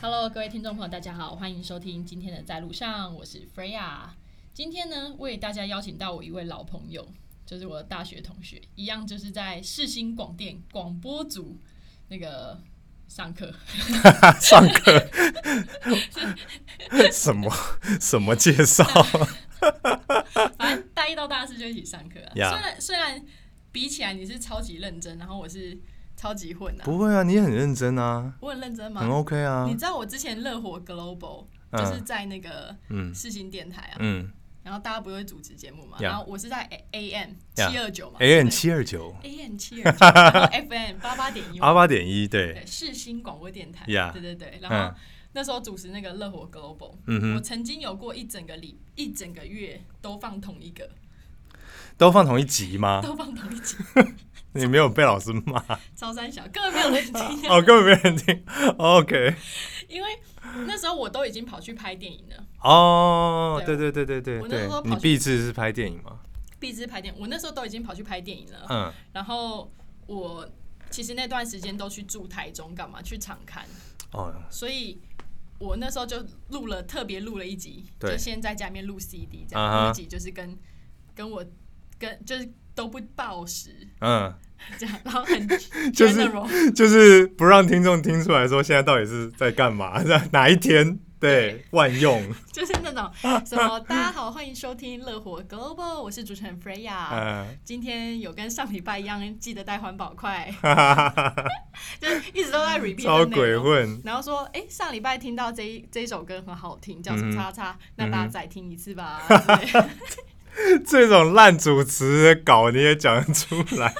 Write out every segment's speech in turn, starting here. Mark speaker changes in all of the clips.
Speaker 1: Hello，各位听众朋友，大家好，欢迎收听今天的在路上，我是 Freya。今天呢，为大家邀请到我一位老朋友，就是我的大学同学，一样就是在世新广电广播组那个上 课，
Speaker 2: 上课 什么什么介 绍？
Speaker 1: 反正大一到大四就一起上课、啊。
Speaker 2: Yeah
Speaker 1: 虽然虽然比起来你是超级认真，然后我是超级混啊，
Speaker 2: 不会啊，你很认真啊，
Speaker 1: 我很认真吗？
Speaker 2: 很 OK 啊
Speaker 1: 你，知道我之前热火 Global
Speaker 2: 嗯
Speaker 1: 就是在那个
Speaker 2: 嗯
Speaker 1: 世新电台啊，
Speaker 2: 嗯
Speaker 1: 然后大家不会主持节目嘛
Speaker 2: Yeah
Speaker 1: 然后我是在 A M 七
Speaker 2: Yeah
Speaker 1: 二九嘛
Speaker 2: ，A N 七二九
Speaker 1: A M 七二九 然后 F M 八八点一，
Speaker 2: R 八点一，
Speaker 1: 对，
Speaker 2: 对，
Speaker 1: 世新广播电台
Speaker 2: Yeah
Speaker 1: 对对对，然后
Speaker 2: 嗯。
Speaker 1: 那时候主持那个热火 Global，、
Speaker 2: 嗯
Speaker 1: 我
Speaker 2: 哼，
Speaker 1: 曾经有过一整个礼一整个月都放同一个，
Speaker 2: 都放同一集吗？
Speaker 1: 都放同一集。
Speaker 2: 你没有被老师 骂？
Speaker 1: 招三小根本没有人听、
Speaker 2: 哦，
Speaker 1: 啊，
Speaker 2: 根本没人听。OK，
Speaker 1: 因为那时候我都已经跑去拍电影了，
Speaker 2: 哦，
Speaker 1: 对啊
Speaker 2: 对对对对对
Speaker 1: 我那时
Speaker 2: 对
Speaker 1: 候，跑
Speaker 2: 你
Speaker 1: 去
Speaker 2: 毕志是拍电影吗？
Speaker 1: 必知拍电影，我那时候都已经跑去拍电影了，
Speaker 2: 嗯，
Speaker 1: 然后我其实那段时间都去住台中，干嘛去场刊，
Speaker 2: 哦，
Speaker 1: 所以我那时候就录了特别录了一集，
Speaker 2: 对
Speaker 1: 就先在家里面录 CD 这
Speaker 2: 啊哈
Speaker 1: 样，那、集就是跟跟我跟就是都不报时
Speaker 2: 嗯，
Speaker 1: 这样，然后很
Speaker 2: 就是
Speaker 1: general
Speaker 2: 就是不让听众听出来说现在到底是在干嘛， 在哪一天？对，万用，
Speaker 1: 就是那种 什么大家好，欢迎收听乐活 Global，我是主持人 Freya，、啊
Speaker 2: 嗯，
Speaker 1: 今天有跟上礼拜一样，记得带环保 筷，
Speaker 2: 哈哈哈哈哈，
Speaker 1: 就是一直都在 repeat
Speaker 2: 超
Speaker 1: 的内容
Speaker 2: 鬼混。
Speaker 1: 然后说，哎、上礼拜听到这一这一首歌很好听，叫什么
Speaker 2: 嗯哼
Speaker 1: 叉叉，那大家再听一次 吧。
Speaker 2: 这种烂主持的稿你也讲得出来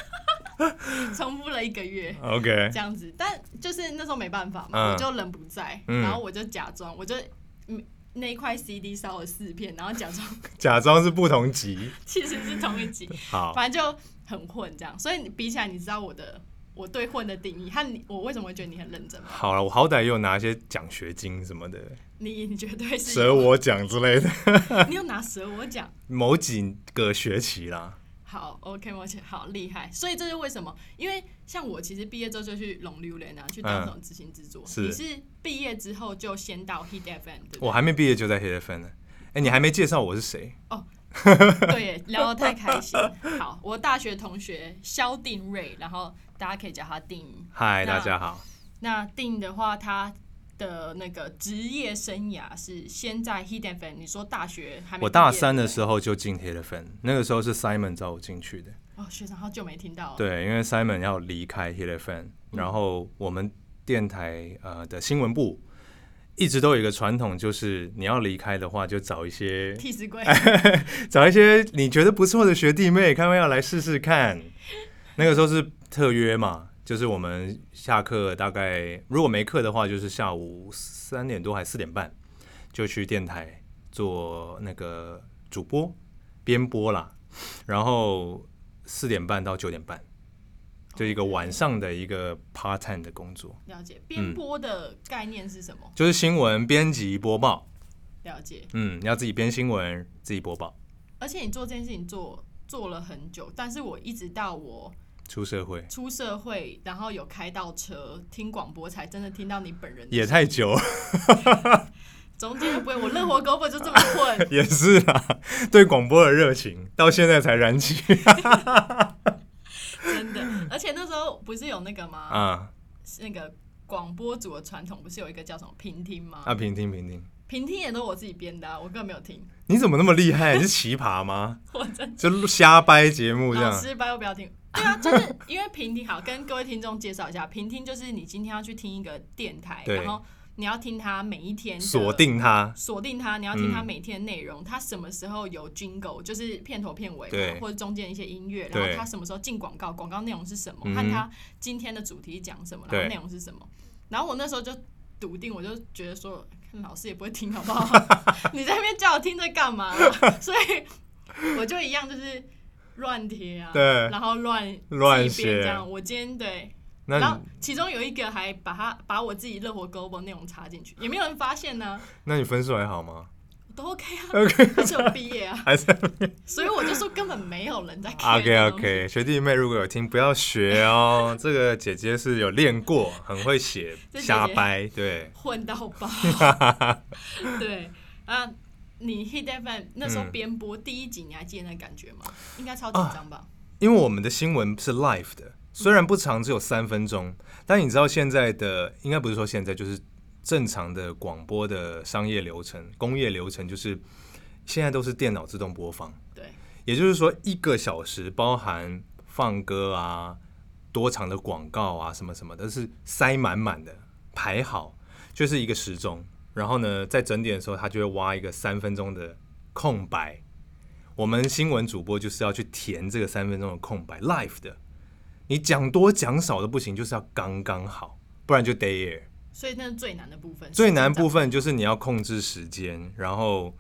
Speaker 1: 对重复了一个月
Speaker 2: ？OK，
Speaker 1: 这样子，但就是那时候没办法嘛，
Speaker 2: 嗯
Speaker 1: 我就人不在，
Speaker 2: 嗯
Speaker 1: 然后我就假装，我就嗯那一块 CD 烧了四片，然后假装
Speaker 2: 假装是不同集。
Speaker 1: 其实是同一集，
Speaker 2: 好，
Speaker 1: 反正就很混这样。所以你比起来，你知道我的我对混的定义和你我为什么会觉得你很认真吗？
Speaker 2: 好了，我好歹也有拿一些奖学金什么的，
Speaker 1: 你你绝对是
Speaker 2: 舍我奖之类的，
Speaker 1: 你有拿蛇我奖。
Speaker 2: 某几个学期啦。
Speaker 1: 好，OK，我且好厉害，所以这是为什么？因为像我其实毕业之后就去龙榴莲啊，去当这种执行制作。
Speaker 2: 嗯是
Speaker 1: 你是毕业之后就先到 Hit FM 对不
Speaker 2: 我还没毕业就在 Hit FM 呢。哎、你还没介绍我是谁？
Speaker 1: 对？对耶，聊得太开心。好，我大学同学肖定瑞，然后大家可以叫他定。
Speaker 2: 嗨，
Speaker 1: 那
Speaker 2: 大家好。
Speaker 1: 那定的话，他的那个职业生涯是先在 Hit FM。你说大学还没毕业？
Speaker 2: 我大三
Speaker 1: 对
Speaker 2: 的
Speaker 1: 不对
Speaker 2: 时候就进 Hit FM，那个时候是 Simon 找我进去的。
Speaker 1: 哦，学长好久没听到了。
Speaker 2: 对，因为 Simon 要离开 Hit FM，然
Speaker 1: 嗯
Speaker 2: 后我们电台呃的新闻部一直都有一个传统，就是你要离开的话，就找一些
Speaker 1: 替死 鬼，
Speaker 2: 找一些你觉得不错的学弟妹，看要不要来试试看。那个时候是特约嘛，就是我们下课大概如果没课的话，就是下午三点多还四点半就去电台做那个主播编播啦，然后四点半到九点半，就一个晚上的一个 part time 的工作，
Speaker 1: 了解编播的概念是什么？
Speaker 2: 就是新闻编辑播报，
Speaker 1: 了解。
Speaker 2: 嗯，要自己编新闻，自己播报。
Speaker 1: 而且你做这件事情做做了很久，但是我一直到我
Speaker 2: 出社会
Speaker 1: 出社会，然后有开到车听广播，才真的听到你本人的
Speaker 2: 也
Speaker 1: 声音
Speaker 2: 太久了，
Speaker 1: 中间就不会，我乐活狗本就这么混
Speaker 2: 也是啦，对广播的热情到现在才燃起
Speaker 1: 真的。而且那时候不是有那个吗？
Speaker 2: 啊！
Speaker 1: 是那个广播组的传统不是有一个叫什么评听吗？
Speaker 2: 啊，平听平听，
Speaker 1: 评听也都我自己编的、啊，我根本没有听，
Speaker 2: 你怎么那么厉害？你是奇葩吗？
Speaker 1: 我真
Speaker 2: 就瞎掰节目这
Speaker 1: 老
Speaker 2: 样？
Speaker 1: 师拜托不要听。对啊，就是因为评听好，跟各位听众介绍一下，评听就是你今天要去听一个电台，
Speaker 2: 对
Speaker 1: 然后你要听它每一天的
Speaker 2: 锁定它，
Speaker 1: 锁定它，你要听它
Speaker 2: 嗯
Speaker 1: 每天的内容，它什么时候有 jingle，就是片头片尾嘛
Speaker 2: 对，
Speaker 1: 或者中间一些音乐，然
Speaker 2: 对
Speaker 1: 后它什么时候进广告，广告内容是什么，
Speaker 2: 嗯哼
Speaker 1: 看它今天的主题讲什么，然后
Speaker 2: 对
Speaker 1: 内容是什么。然后我那时候就笃定，我就觉得说，看老师也不会听，好 不好？你在那边叫我听这干嘛？ 所以我就一样就是乱贴啊，
Speaker 2: 对
Speaker 1: 然后乱
Speaker 2: 乱
Speaker 1: 记一遍
Speaker 2: 写
Speaker 1: 这样。我今天对。
Speaker 2: 那
Speaker 1: 然后
Speaker 2: 你
Speaker 1: 其中有一个还把他把我自己热火 global 内容插进去，也没有人发现呢、
Speaker 2: 那你分数还好吗？
Speaker 1: 都 OK 啊而且我毕业啊，
Speaker 2: 还是
Speaker 1: 所以我就说根本没有人 在 care 这
Speaker 2: OK
Speaker 1: 个东西
Speaker 2: OK，学弟妹如果有听，不要学哦。这个姐姐是有练过，很 会写，
Speaker 1: 这姐姐
Speaker 2: 瞎掰。对，
Speaker 1: 混到 爆， 对啊。你 Hit FM 那时候
Speaker 2: 嗯
Speaker 1: 编播第一集，你还记得那感觉吗？应该超紧张吧？
Speaker 2: 因为我们的新闻是 live 的，虽然不长，只有三分钟，但你知道现在的，应该不是说现在，就是正常的广播的商业流程、工业流程，就是现在都是电脑自动播放。
Speaker 1: 对，
Speaker 2: 也就是说，一个小时包含放歌啊、多长的广告啊、什么什么的，是塞满满的，排好，就是一个时钟。然后呢，在整点的时候，他就会挖一个三分钟的空白。我们新闻主播就是要去填这个三分钟的空白，live 的。你讲多讲少都不行，就是要刚刚好，不然就 day air。
Speaker 1: 所以那是最难的部分。
Speaker 2: 最难部
Speaker 1: 分
Speaker 2: 分就是你要控制时间，然后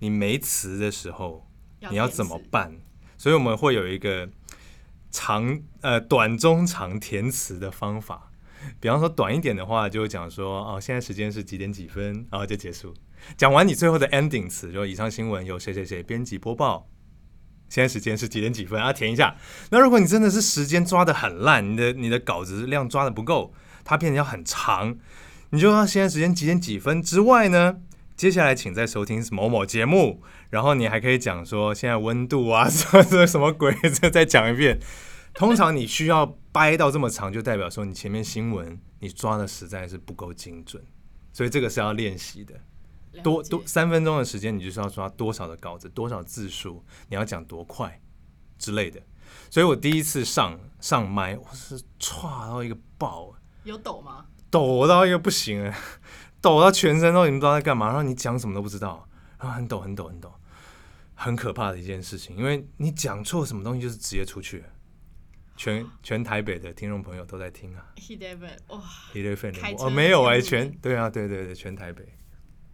Speaker 2: 你没词的时候，你要怎么办？所以我们会有一个长呃短中长填词的方法。比方说短一点的话，就会讲说哦，现在时间是几点几分，然后就结束。讲完你最后的 ending 词，就以上新闻由谁谁谁编辑播报。现在时间是几点几分啊？填一下。那如果你真的是时间抓的很烂，你的你的稿子量抓的不够，它变得要很长，你就要现在时间几点几分之外呢？接下来请再收听某某节目，然后你还可以讲说现在温度啊，什么什么什么鬼，这再讲一遍。通常你需要掰到这么长，就代表说你前面新闻你抓的实在是不够精准，所以这个是要练习的。
Speaker 1: 办
Speaker 2: 多多三分钟的时间，你就是要抓多少的稿子，多少字数，你要讲多快之类的。所以我第一次上上麦，我是歘到一个爆，
Speaker 1: 有抖吗？
Speaker 2: 抖到一个不行了， 抖到全身都已经不知道在干嘛，然后你讲什么都不知道，然后很抖很抖很抖，很可怕的一件事情，因为你讲错什么东西就是直接出去了，全全台北的听众朋友都在听啊，
Speaker 1: Hit FM 哇，
Speaker 2: 一对粉
Speaker 1: 开车
Speaker 2: 哦没有哎、
Speaker 1: 一路
Speaker 2: 全对啊对对对全台北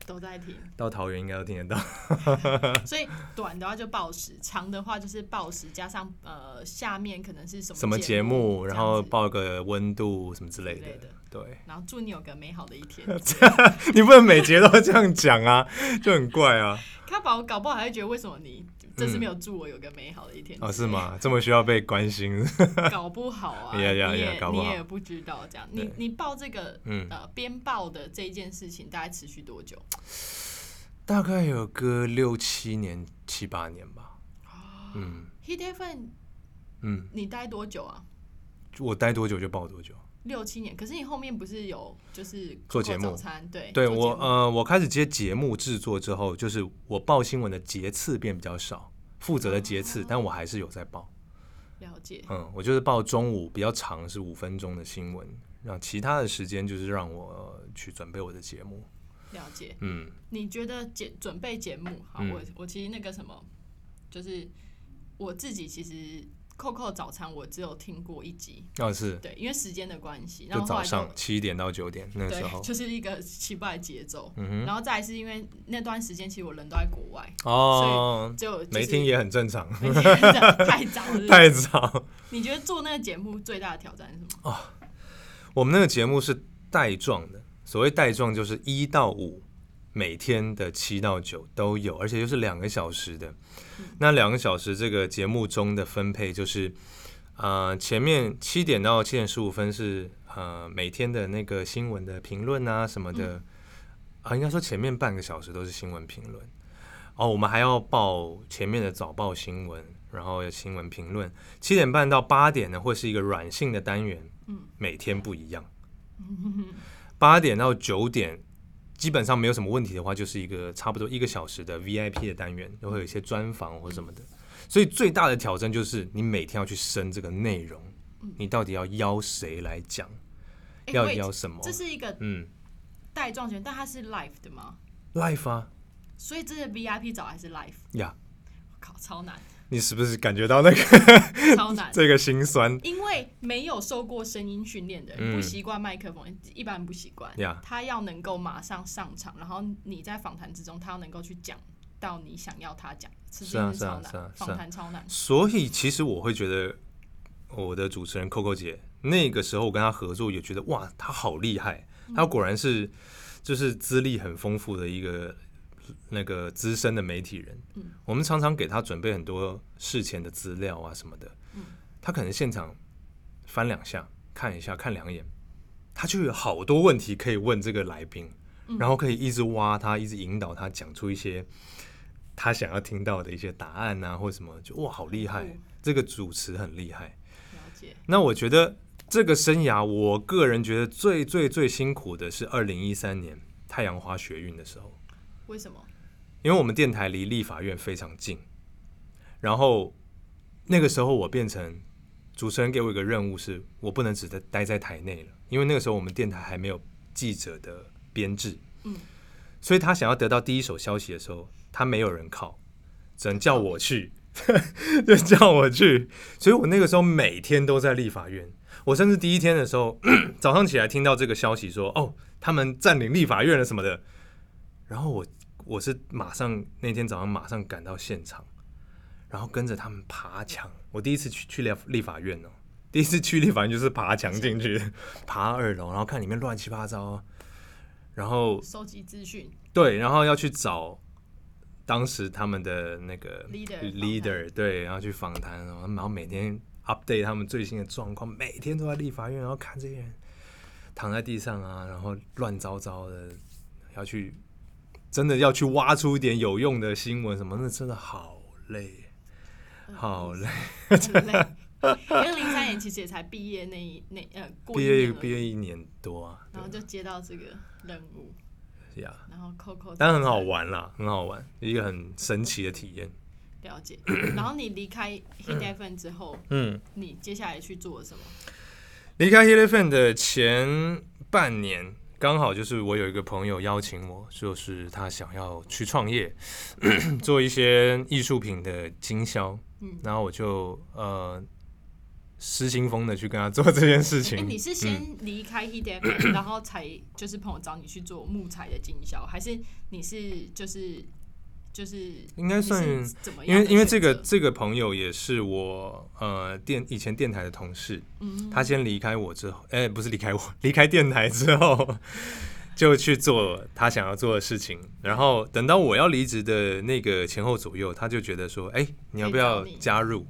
Speaker 1: 都在 听。
Speaker 2: 到桃园应该都听得 到，
Speaker 1: 所以短的话就报时，长的话就是报时加上呃下面可能是什么
Speaker 2: 什么节目，然
Speaker 1: 这
Speaker 2: 后
Speaker 1: 样子
Speaker 2: 报个温度什么之类
Speaker 1: 之类
Speaker 2: 的
Speaker 1: 的，
Speaker 2: 对，
Speaker 1: 然后祝你有个美好的一天。
Speaker 2: 你不能每节都这样讲啊，就很怪啊，
Speaker 1: 他把我搞不好还会觉得为什么你这次没有祝我有个美好的一天？
Speaker 2: 哦是？吗？这么需要被关心，
Speaker 1: 搞不好 啊，你
Speaker 2: Yeah, yeah,
Speaker 1: 也
Speaker 2: yeah，搞不好
Speaker 1: 你也不知道这样。你
Speaker 2: 对
Speaker 1: 你报这个
Speaker 2: 嗯。
Speaker 1: 呃编报的这一件事情大概持续多久？
Speaker 2: 大概有个六七年、七八年吧。
Speaker 1: 哦
Speaker 2: 嗯
Speaker 1: Hit FM
Speaker 2: 嗯，
Speaker 1: 你待多久啊？
Speaker 2: 我待多久就报多久。
Speaker 1: 六七年，可是你后面不是有就是
Speaker 2: 做节目
Speaker 1: 早餐对
Speaker 2: 对
Speaker 1: 做节
Speaker 2: 我
Speaker 1: 目
Speaker 2: 呃，我开始接节目制作之后，就是我报新闻的节次变比较少，负责的节次，
Speaker 1: 哦
Speaker 2: 但我还是有在报。
Speaker 1: 了解
Speaker 2: 嗯，我就是报中午比较长是五分钟的新闻，让其他的时间就是让我、呃去准备我的节目。
Speaker 1: 了解。
Speaker 2: 嗯，
Speaker 1: 你觉得节准备节目好？
Speaker 2: 嗯
Speaker 1: 我我其实那个什么，就是我自己其实扣扣早餐我只有听过一集，
Speaker 2: 要、是
Speaker 1: 对，因为时间的关系，然
Speaker 2: 就
Speaker 1: 后后
Speaker 2: 早
Speaker 1: 来
Speaker 2: 上
Speaker 1: 就
Speaker 2: 七点到九点那个时
Speaker 1: 对，
Speaker 2: 候。
Speaker 1: 就是一个奇怪的节奏。
Speaker 2: 嗯
Speaker 1: 然后再来是因为那段时间其实我人都在国外，
Speaker 2: 哼，哦，
Speaker 1: 就、就是、
Speaker 2: 没听也很正常，
Speaker 1: 没听真的太早了是不是。
Speaker 2: 太早。
Speaker 1: 你觉得做那个节目最大的挑战是什么？
Speaker 2: 哦我们那个节目是带状的，所谓带状就是一到五，每天的七到九都有，而且就是两个小时的。那两个小时这个节目中的分配就是，呃，前面七点到七点十五分是呃每天的那个新闻的评论啊什么的，啊，应该说前面半个小时都是新闻评论。哦，我们还要报前面的早报新闻，然后有新闻评论。七点半到八点呢，会是一个软性的单元，每天不一样。八点到九点，基本上没有什么问题的话，就是一个差不多一个小时的 VIP 的单元，就会有一些专访或什么的。所以最大的挑战就是你每天要去生这个内容，你到底要邀谁来讲，
Speaker 1: 哎
Speaker 2: 要
Speaker 1: 我也
Speaker 2: 邀什么
Speaker 1: 这？是一个
Speaker 2: 嗯
Speaker 1: 带状节目，但它是 live 的吗？
Speaker 2: ，life 啊
Speaker 1: 所以这是 VIP 早还是 live？
Speaker 2: 呀
Speaker 1: 我靠，超难，
Speaker 2: 你是不是感觉到那 个。
Speaker 1: 超难
Speaker 2: 这个心酸？
Speaker 1: 因为没有受过声音训练的人，
Speaker 2: 嗯
Speaker 1: 不习惯麦克风，一般不习惯。
Speaker 2: Yeah
Speaker 1: 他要能够马上上场，然后你在访谈之中，他要能够去讲到你想要他讲，是
Speaker 2: 是啊
Speaker 1: 真的超难，
Speaker 2: 是啊是啊是啊
Speaker 1: 访谈超难。
Speaker 2: 所以其实我会觉得，我的主持人 Coco 姐那个时候我跟他合作，也觉得哇，他好厉害，
Speaker 1: 嗯
Speaker 2: 他果然是就是资历很丰富的一个那个资深的媒体人。
Speaker 1: 嗯
Speaker 2: 我们常常给他准备很多事前的资料啊什么的，
Speaker 1: 嗯
Speaker 2: 他可能现场翻两下，看一下，看两眼，他就有好多问题可以问这个来宾，
Speaker 1: 嗯
Speaker 2: 然后可以一直挖他，一直引导他讲出一些他想要听到的一些答案啊，或什么，就哇，好厉害
Speaker 1: 酷！
Speaker 2: 这个主持很厉害。
Speaker 1: 了解，
Speaker 2: 那我觉得这个生涯，我个人觉得最最最辛苦的是二零一三年太阳花学运的时候，
Speaker 1: 为什么？
Speaker 2: 因为我们电台离立法院非常近，然后那个时候我变成主持人给我一个任务是，我不能只在待在台内了，因为那个时候我们电台还没有记者的编制，
Speaker 1: 嗯，
Speaker 2: 所以他想要得到第一手消息的时候，他没有人靠，只能叫我去， 就叫我去，所以我那个时候每天都在立法院，我甚至第一天的时候 早上起来听到这个消息说，哦，他们占领立法院了什么的，然后我我是马上那天早上马上赶到现场，然后跟着他们爬墙。我第一次去去立立法院哦，第一次去立法院就是爬墙进去，爬二楼，然后看里面乱七八糟，然后
Speaker 1: 收集资讯，
Speaker 2: 对，然后要去找当时他们的那个
Speaker 1: Leader，
Speaker 2: leader，对，然后去访谈，然后然后每天 update 他们最新的状况，每天都在立法院，然后看这些人躺在地上啊，然后乱糟糟的，要去真的要去挖出一点有用的新闻什么，那真的好累，
Speaker 1: 嗯
Speaker 2: 好累。
Speaker 1: 很累。因为零三年其实也才毕业那一那呃过
Speaker 2: 毕
Speaker 1: 一
Speaker 2: 业
Speaker 1: 年而
Speaker 2: 毕
Speaker 1: 已，
Speaker 2: 业一年多啊，
Speaker 1: 然后就接到这个任务，
Speaker 2: 对呀，
Speaker 1: 然后扣扣，
Speaker 2: 但很好玩啦，很好玩，一个很神奇的体验。
Speaker 1: 了解。然后你离开 Hit FM 之后，
Speaker 2: 嗯，
Speaker 1: 你接下来去做了什么？
Speaker 2: 离开 Elephant 的前半年，刚好就是我有一个朋友邀请我，就是他想要去创业， 做一些艺术品的经销。
Speaker 1: 嗯
Speaker 2: 然后我就呃失心疯的去跟他做这件事
Speaker 1: 哎、
Speaker 2: 情。
Speaker 1: 你是先离开 Hit
Speaker 2: 嗯
Speaker 1: FM，、然后才就是朋友找你去做木材的经销，还是你是就是就是
Speaker 2: 应该算
Speaker 1: 你是怎么
Speaker 2: 因
Speaker 1: 样的选择？
Speaker 2: 为因为这个这个朋友也是我呃电以前电台的同事，
Speaker 1: 嗯
Speaker 2: 他先离开我之后，哎、不是离开我， 离开电台之后，就去做他想要做的事情。然后等到我要离职的那个前后左右，他就觉得说，哎、你要不要
Speaker 1: 可以找你
Speaker 2: 加入？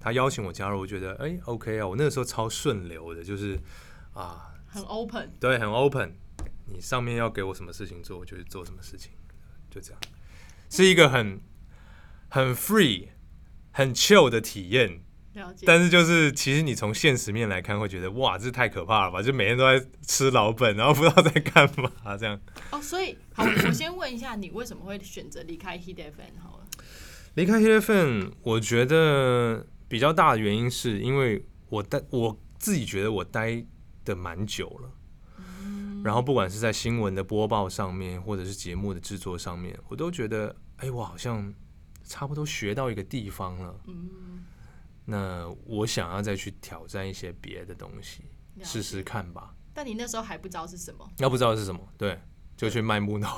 Speaker 2: 他邀请我加入，我觉得哎、o k 啊，我那个时候超顺流的，就是啊，
Speaker 1: 很 open，
Speaker 2: 对，很 open，你上面要给我什么事情做，我就去做什么事情，就这样，是一个很很 free、很 chill 的体验。
Speaker 1: 了解。
Speaker 2: 但是就是，其实你从现实面来看，会觉得哇，这太可怕了吧！就每天都在吃老本，然后不知道在干嘛这样。
Speaker 1: 哦，所以好，我先问一下，你为什么会选择离开 Hit FM 好了？
Speaker 2: 离开 Hit FM，我觉得比较大的原因是因为我待我自己觉得我待的蛮久了，
Speaker 1: 嗯
Speaker 2: 然后不管是在新闻的播报上面，或者是节目的制作上面，我都觉得，哎，我好像差不多学到一个地方了。
Speaker 1: 嗯，
Speaker 2: 那我想要再去挑战一些别的东西，
Speaker 1: 了
Speaker 2: 试试
Speaker 1: 解。
Speaker 2: 看吧。
Speaker 1: 但你那时候还不知道是什么，
Speaker 2: 那不知道是什么，对，就去卖木 头，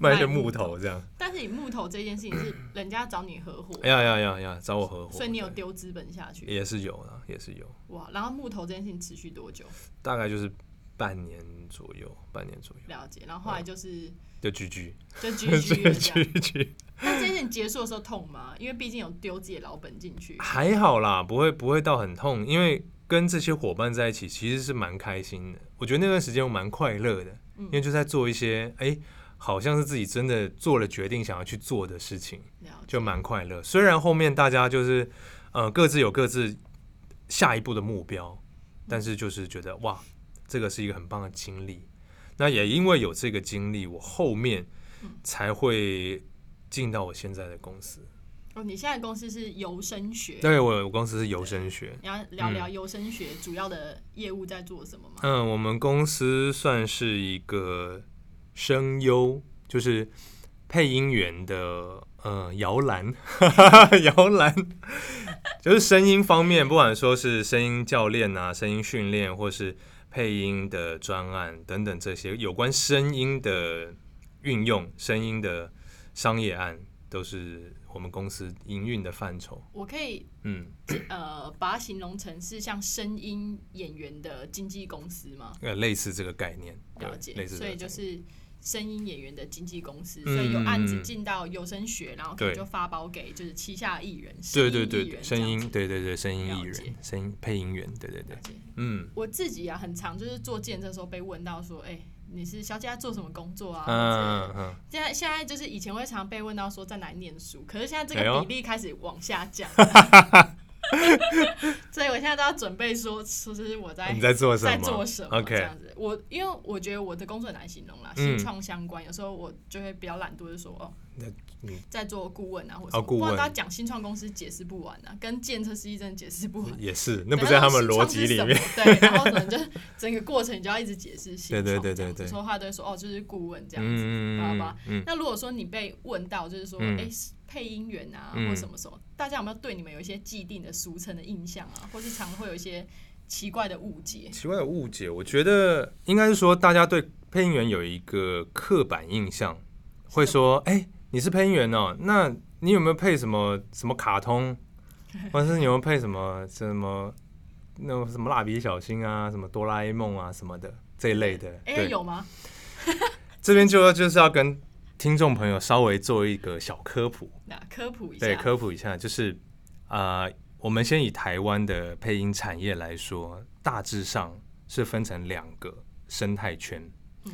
Speaker 2: 卖一些木头这样。
Speaker 1: 但是你木头这件事情 是人家找你合伙，
Speaker 2: 哎呀呀呀呀，找我合伙，
Speaker 1: 所以你有丢资本下去
Speaker 2: 也是有啊，也是有，
Speaker 1: 哇。然后木头这件事情持续多久？
Speaker 2: 大概就是半年左右，半年左右
Speaker 1: 了解。然后后来就是
Speaker 2: 就 GG，
Speaker 1: 就
Speaker 2: 就
Speaker 1: GG 了这样。
Speaker 2: GG，
Speaker 1: 那这件事情结束的时候痛吗？因为毕竟有丢自己的老本进去。
Speaker 2: 还好啦，不会不会到很痛，因为跟这些伙伴在一起其实是蛮开心的。我觉得那段时间我蛮快乐的，
Speaker 1: 嗯
Speaker 2: 因为就在做一些哎、好像是自己真的做了决定想要去做的事情。
Speaker 1: 了解
Speaker 2: 就蛮快乐。虽然后面大家就是呃各自有各自下一步的目标，但是就是觉得哇，这个是一个很棒的经历。那也因为有这个经历，我后面才会进到我现在的公司。
Speaker 1: 哦，你现在公司是游生学，
Speaker 2: 对，我我公司是游生学。
Speaker 1: 你要聊聊游生学主要的业务在做什么吗？
Speaker 2: 嗯，我们公司算是一个声优，就是配音员的呃摇篮， 摇篮，就是声音方面，不管说是声音教练啊、声音训练，或是配音的专案等等这些有关声音的运用、声音的商业案，都是我们公司营运的范畴。
Speaker 1: 我可以
Speaker 2: 嗯，
Speaker 1: 呃把它形容成是像声音演员的经纪公司吗？
Speaker 2: 呃，类似这个概念，对
Speaker 1: 了解，
Speaker 2: 类似这
Speaker 1: 所
Speaker 2: 个概
Speaker 1: 以
Speaker 2: 念。
Speaker 1: 就是声音演员的经纪公司，所
Speaker 2: 嗯
Speaker 1: 以有案
Speaker 2: 嗯
Speaker 1: 子
Speaker 2: 嗯
Speaker 1: 进到有声学，然后可能
Speaker 2: 对
Speaker 1: 就发包给就是旗下艺人，
Speaker 2: 对
Speaker 1: 声
Speaker 2: 对
Speaker 1: 音艺
Speaker 2: 对，
Speaker 1: 人
Speaker 2: 声
Speaker 1: 这样
Speaker 2: 音，
Speaker 1: 子
Speaker 2: 对对对，声音艺
Speaker 1: 了解
Speaker 2: 人，声音配音员，对对对
Speaker 1: 了，解
Speaker 2: 嗯
Speaker 1: 我自己啊，很常就是做见证的时候被问到说，哎、你是小姐在做什么工作啊？或者
Speaker 2: 嗯嗯，
Speaker 1: 现在现在就是以前会常被问到说在哪里念书，可是现在这
Speaker 2: 哎
Speaker 1: 个
Speaker 2: 呦
Speaker 1: 比例开始往下降， 所以我现在都要准备说，说就是我在
Speaker 2: 哎你在做什么？
Speaker 1: 在做什么这
Speaker 2: OK，
Speaker 1: 样子。我因为我觉得我的工作很难形容啦，
Speaker 2: 嗯
Speaker 1: 新创相关，有时候我就会比较懒惰，就说哦
Speaker 2: 那嗯，
Speaker 1: 在做顾问啊，或者什
Speaker 2: 哦
Speaker 1: 么
Speaker 2: 顾问
Speaker 1: 不然大家讲新创公司解释不完啊，跟建设司机真的解释不完。
Speaker 2: 也是，嗯那不在他们逻辑里 面。
Speaker 1: 然后新创是什么。对，然后可能就整个过程你就要一直解释新创这
Speaker 2: 对
Speaker 1: 样子。
Speaker 2: 对对对对
Speaker 1: 说话都会说哦，就是顾问这样子。
Speaker 2: 嗯
Speaker 1: 好
Speaker 2: 嗯
Speaker 1: 吧
Speaker 2: 嗯，
Speaker 1: 那如果说你被问到，就是说，
Speaker 2: 嗯
Speaker 1: 哎、配音员啊，
Speaker 2: 嗯
Speaker 1: 或什么什么，大家有没有对你们有一些既定的俗称的印象啊，或是常会有一些奇怪的误解？
Speaker 2: 奇怪的误解，我觉得应该是说大家对配音员有一个刻板印象，会说：“哎、你是配音员哦，那你有没有配什么什么卡通，或者是你有没有配什么什么那种什么蜡笔小新啊，什么哆啦 A 梦啊什么的这一类的？”
Speaker 1: 哎、
Speaker 2: 对，
Speaker 1: 有吗？
Speaker 2: 这边就要就是要跟听众朋友稍微做一个小科普，
Speaker 1: 那科普一下，
Speaker 2: 对，科普一下，就是呃，我们先以台湾的配音产业来说，大致上是分成两个生态圈。
Speaker 1: 嗯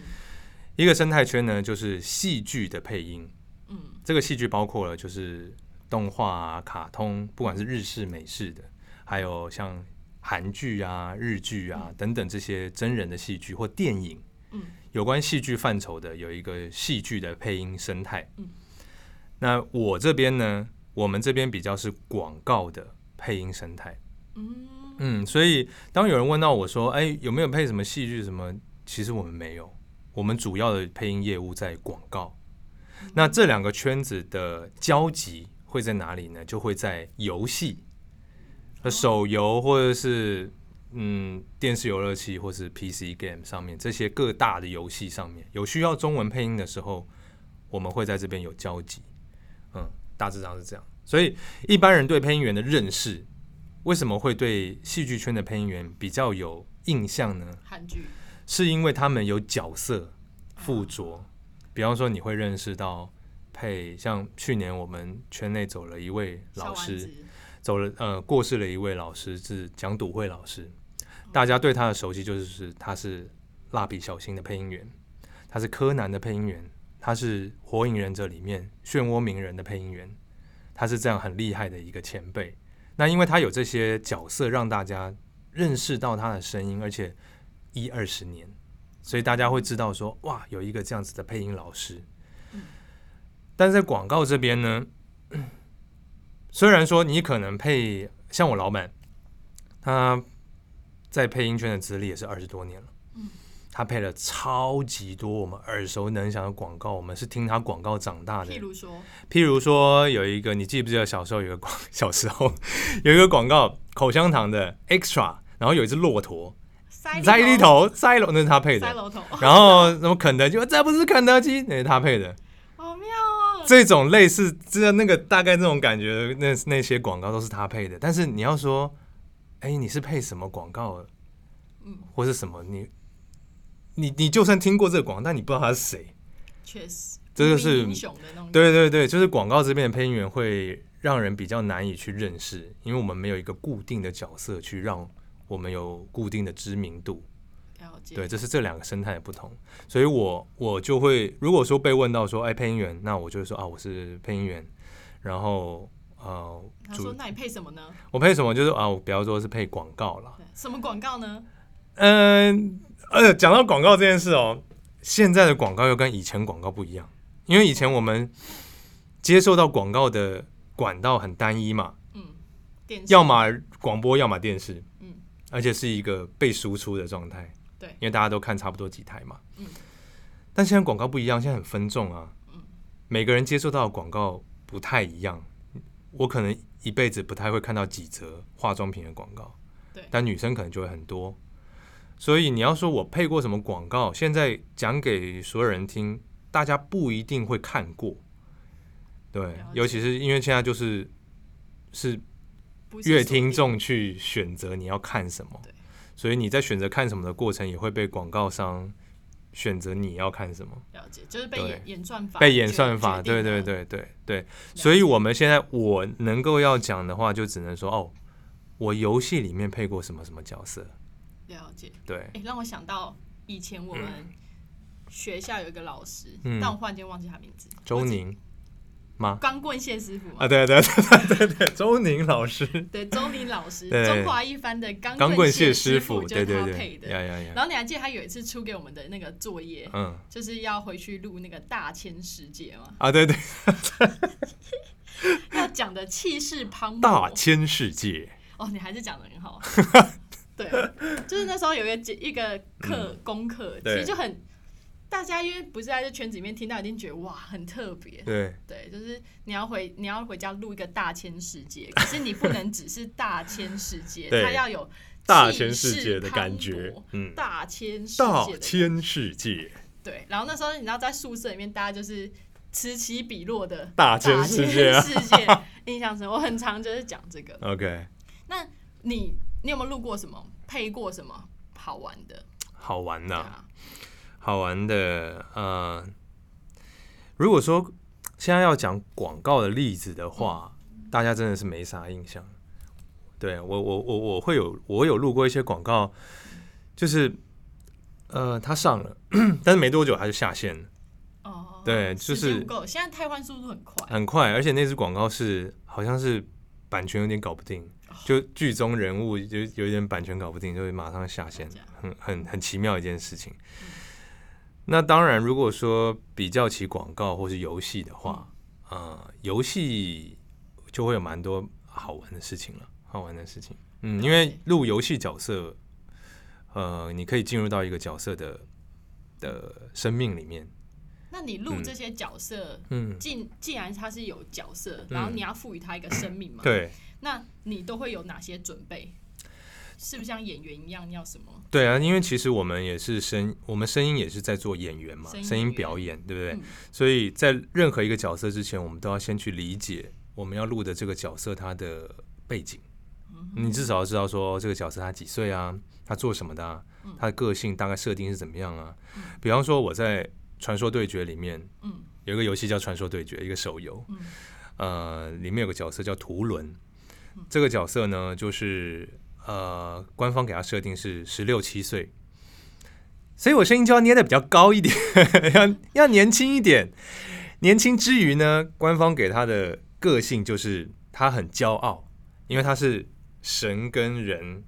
Speaker 2: 一个生态圈呢，就是戏剧的配音，
Speaker 1: 嗯
Speaker 2: 这个戏剧包括了就是动画啊、卡通，不管是日式、美式的，还有像韩剧啊、日剧啊等等这些真人的戏剧或电影。
Speaker 1: 嗯，
Speaker 2: 有关戏剧范畴的有一个戏剧的配音生态。
Speaker 1: 嗯，
Speaker 2: 那我这边呢，我们这边比较是广告的配音生态。
Speaker 1: 嗯，
Speaker 2: 嗯，所以当有人问到我说：“哎、有没有配什么戏剧什么？”其实我们没有，我们主要的配音业务在广告。那这两个圈子的交集会在哪里呢？就会在游戏，呃，手游或者是嗯电视游乐器或是 PC game 上面这些各大的游戏上面有需要中文配音的时候，我们会在这边有交集。嗯，大致上是这样。所以一般人对配音员的认识，为什么会对戏剧圈的配音员比较有印象呢？
Speaker 1: 韩剧
Speaker 2: 是因为他们有角色附着，比方说你会认识到配像去年我们圈内走了一位
Speaker 1: 小
Speaker 2: 老
Speaker 1: 丸
Speaker 2: 师，
Speaker 1: 子，
Speaker 2: 走了呃过世了一位老师是蒋笃慧老师，
Speaker 1: 嗯
Speaker 2: 大家对他的熟悉就是他是蜡笔小新的配音员，他是柯南的配音员，他是火影忍者里面漩涡鸣人的配音员，他是这样很厉害的一个前辈。那因为他有这些角色，让大家认识到他的声音，而且一二十年，所以大家会知道说，哇，有一个这样子的配音老师。但是在广告这边呢， 虽然说你可能配像我老板，他在配音圈的资历也是二十多年了，他配了超级多我们耳熟能详的广告，我们是听他广告长大的
Speaker 1: 譬。如说，
Speaker 2: 譬如说有一个，你记不记得小时候有个广， 小时候有一个广告口香糖的 Extra，然后有一只骆驼
Speaker 1: 塞
Speaker 2: 塞里
Speaker 1: 里，
Speaker 2: 头塞罗，那是他配
Speaker 1: 塞
Speaker 2: 的。
Speaker 1: 楼头，哦
Speaker 2: 然后什么肯德基，这不是肯德基，那是他配的。
Speaker 1: 好妙哦，
Speaker 2: 这种类似这那个大概这种感觉的那那些广告都是他配的，但是你要说，哎，你是配什么广告，
Speaker 1: 嗯，
Speaker 2: 或是什么，你你你就算听过这个广告，但你不知道他是谁。
Speaker 1: 确实，
Speaker 2: 这就是
Speaker 1: 无名英雄的那种，，
Speaker 2: 对对对，就是广告这边的配音员会让人比较难以去认识，因为我们没有一个固定的角色去让我们有固定的知名度。
Speaker 1: 了解，
Speaker 2: 对，这是这两个生态的不同，所以我我就会如果说被问到说，哎，配音员，那我就会说啊，我是配音员，然后呃，
Speaker 1: 他
Speaker 2: 主
Speaker 1: 说那你配什么呢？
Speaker 2: 我配什么就是啊，我不要说是配广告啦。
Speaker 1: 对什么广告呢？
Speaker 2: 嗯，呃，讲到广告这件事哦，现在的广告又跟以前广告不一样，因为以前我们接受到广告的管道很单一嘛，
Speaker 1: 嗯，电视，
Speaker 2: 要么广播，要么电视，
Speaker 1: 嗯
Speaker 2: 而且是一个被输出的状态，
Speaker 1: 对
Speaker 2: 因为大家都看差不多几台嘛，
Speaker 1: 嗯
Speaker 2: 但现在广告不一样，现在很分众啊，
Speaker 1: 嗯
Speaker 2: 每个人接受到的广告不太一样，我可能一辈子不太会看到几则化妆品的广告，
Speaker 1: 对
Speaker 2: 但女生可能就会很多，所以你要说我配过什么广告，现在讲给所有人听，大家不一定会看过，对
Speaker 1: 解，
Speaker 2: 尤其是因为现在就是是
Speaker 1: 不是
Speaker 2: 越
Speaker 1: 锁定
Speaker 2: 听众去选择你要看什么
Speaker 1: 对，
Speaker 2: 所以你在选择看什么的过程，也会被广告商选择你要看什么，
Speaker 1: 了解，就是被
Speaker 2: 对
Speaker 1: 演演算法
Speaker 2: 被演
Speaker 1: 决
Speaker 2: 算法，
Speaker 1: 决定
Speaker 2: 对对
Speaker 1: 了
Speaker 2: 对对对。所以我们现在我能够要讲的话，就只能说哦，我游戏里面配过什么什么角色，
Speaker 1: 了解。
Speaker 2: 对，
Speaker 1: 哎、让我想到以前我们学校有一个老师，
Speaker 2: 嗯
Speaker 1: 但我忽然间忘记他名字，
Speaker 2: 周
Speaker 1: 我记
Speaker 2: 宁吗？
Speaker 1: 光棍谢师傅嘛
Speaker 2: 啊，对对对对 对，周宁老师，
Speaker 1: 对，周宁老师，
Speaker 2: 对
Speaker 1: 中华一番的钢
Speaker 2: 钢棍
Speaker 1: 谢
Speaker 2: 谢师
Speaker 1: 傅
Speaker 2: 傅，
Speaker 1: 就是
Speaker 2: 对对
Speaker 1: 他配的。
Speaker 2: 对，呀呀呀，
Speaker 1: 然后你还记得他有一次出给我们的那个作业，
Speaker 2: 嗯
Speaker 1: 就是要回去录那个大千世界 嘛，
Speaker 2: 啊，对对，
Speaker 1: 要讲的气势磅
Speaker 2: 大
Speaker 1: 礴。
Speaker 2: 千世界，
Speaker 1: 哦，你还是讲的很 好。对，就是那时候有一个节一个课、功课，其
Speaker 2: 嗯对
Speaker 1: 实就很大家因为不是在这圈子里面听到，一定觉得哇很特别。
Speaker 2: 对。
Speaker 1: 对，就是你要回你要回家录一个大千世界，可是你不能只是大千世界，
Speaker 2: 对
Speaker 1: 它要有
Speaker 2: 大
Speaker 1: 气
Speaker 2: 千
Speaker 1: 势
Speaker 2: 世界的
Speaker 1: 磅
Speaker 2: 感觉
Speaker 1: 礴，
Speaker 2: 嗯，
Speaker 1: 大千世
Speaker 2: 大
Speaker 1: 界的
Speaker 2: 千世界，
Speaker 1: 对。然后那时候你知道在宿舍里面，大家就是此起彼落的
Speaker 2: 大千世界啊
Speaker 1: 大千世界印象深，我很常就是讲这个。
Speaker 2: ，OK，
Speaker 1: 那你你有没有录过什么配过什么好玩的？
Speaker 2: 好玩呐、
Speaker 1: 对啊，
Speaker 2: 好玩的，呃，如果说现在要讲广告的例子的话，大家真的是没啥印象。对啊我，我我我会有我有录过一些广告，就是呃，它上了， 但是没多久它就下线了，
Speaker 1: 哦，
Speaker 2: 对就
Speaker 1: 时间
Speaker 2: 是
Speaker 1: 不够。现在台湾速度很快，
Speaker 2: 很快，而且那支广告是好像是版权有点搞不定，
Speaker 1: 哦
Speaker 2: 就剧中人物就有点版权搞不定，就会马上下线
Speaker 1: 这样，
Speaker 2: 很很很奇妙一件事情。那当然，如果说比较起广告或是游戏的话，
Speaker 1: 嗯
Speaker 2: 呃，游戏就会有蛮多好玩的事情了，好玩的事情。嗯，因
Speaker 1: 了
Speaker 2: 为
Speaker 1: 解
Speaker 2: 录游戏角色，呃，你可以进入到一个角色的的生命里面。
Speaker 1: 那你录
Speaker 2: 嗯
Speaker 1: 这些角色，
Speaker 2: 嗯，
Speaker 1: 既既然它是有角色，然后你要赋予它一个生命嘛，，
Speaker 2: 对。
Speaker 1: 那你都会有哪些准备？是不是像演员一样，你要什么？
Speaker 2: 对啊，因为其实我们也是声，我们声音也是在做演员嘛
Speaker 1: 声，音
Speaker 2: 声
Speaker 1: 演
Speaker 2: 音
Speaker 1: 员
Speaker 2: 表演，对不对？
Speaker 1: 嗯
Speaker 2: 所以在任何一个角色之前，我们都要先去理解我们要录的这个角色他的背景。
Speaker 1: 嗯
Speaker 2: 你至少要知道说这个角色他几岁啊，他做什么的、啊，
Speaker 1: 嗯
Speaker 2: 他的个性大概设定是怎么样啊？比方说我在《传说对决》里面，
Speaker 1: 嗯
Speaker 2: 有一个游戏叫《传说对决》，一个手游，
Speaker 1: 嗯
Speaker 2: 呃，里面有个角色叫图伦，这个角色呢，就是呃，官方给他设定是十六七岁，所以我声音就要捏的比较高一点， 要要年轻一点。年轻之余呢，官方给他的个性就是他很骄傲，因为他是神跟人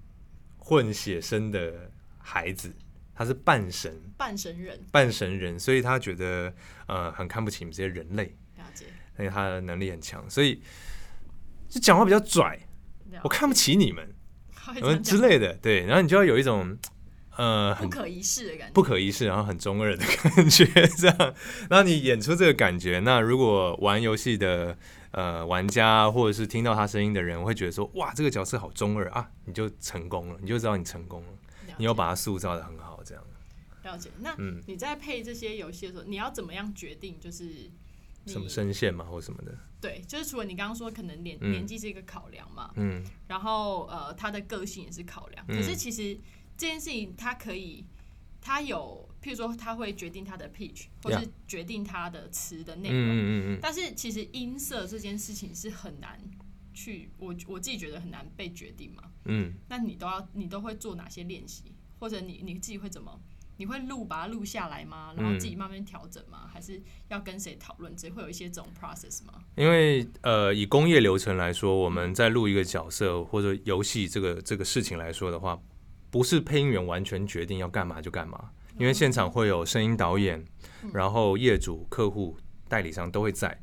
Speaker 2: 混血生的孩子，他是半神，
Speaker 1: 半神人，
Speaker 2: 半神人，所以他觉得呃很看不起我们这些人类，
Speaker 1: 了解，
Speaker 2: 而且他的能力很强，所以就讲话比较拽，
Speaker 1: 了
Speaker 2: 我看不起你们，
Speaker 1: 他会
Speaker 2: 你
Speaker 1: 这样
Speaker 2: 们之
Speaker 1: 讲
Speaker 2: 类的，对，然后你就要有一种呃
Speaker 1: 不
Speaker 2: 很
Speaker 1: 可一世的感觉，
Speaker 2: 不可一世，然后很中二的感觉，这样， 然后你演出这个感觉，那如果玩游戏的。呃，玩家或者是听到他声音的人会觉得说，哇，这个角色好中二啊，你就成功了，你就知道你成功了，
Speaker 1: 了
Speaker 2: 你又
Speaker 1: 解
Speaker 2: 把它塑造的很好，这样。
Speaker 1: 了解。那
Speaker 2: 嗯
Speaker 1: 你在配这些游戏的时候，你要怎么样决定？就是你
Speaker 2: 什么声线嘛，或什么的，
Speaker 1: 对，就是除了你刚刚说可能年、
Speaker 2: 嗯
Speaker 1: 年纪是一个考量嘛，
Speaker 2: 嗯，
Speaker 1: 然后呃他的个性也是考量。
Speaker 2: 嗯
Speaker 1: 可是其实这件事情，他可以，他有，譬如说他会决定他的 pitch，或是
Speaker 2: Yeah
Speaker 1: 决定他的词的
Speaker 2: 嗯
Speaker 1: 内容。
Speaker 2: 嗯嗯嗯，
Speaker 1: 但是其实音色这件事情是很难去，我我自己觉得很难被决定嘛。
Speaker 2: 嗯，
Speaker 1: 那你都要你都会做哪些练习，或者你你自己会怎么？你会录把它录下来吗？然后
Speaker 2: 嗯
Speaker 1: 自己慢慢调整吗？还是要跟谁讨论？只会有一些这种 process 吗？
Speaker 2: 因为呃，以工业流程来说，我们在录一个角色或者游戏这个这个事情来说的话，不是配音员完全决定要干嘛就干嘛，因为现场会有声音导演，然后业主、客户、代理商都会在，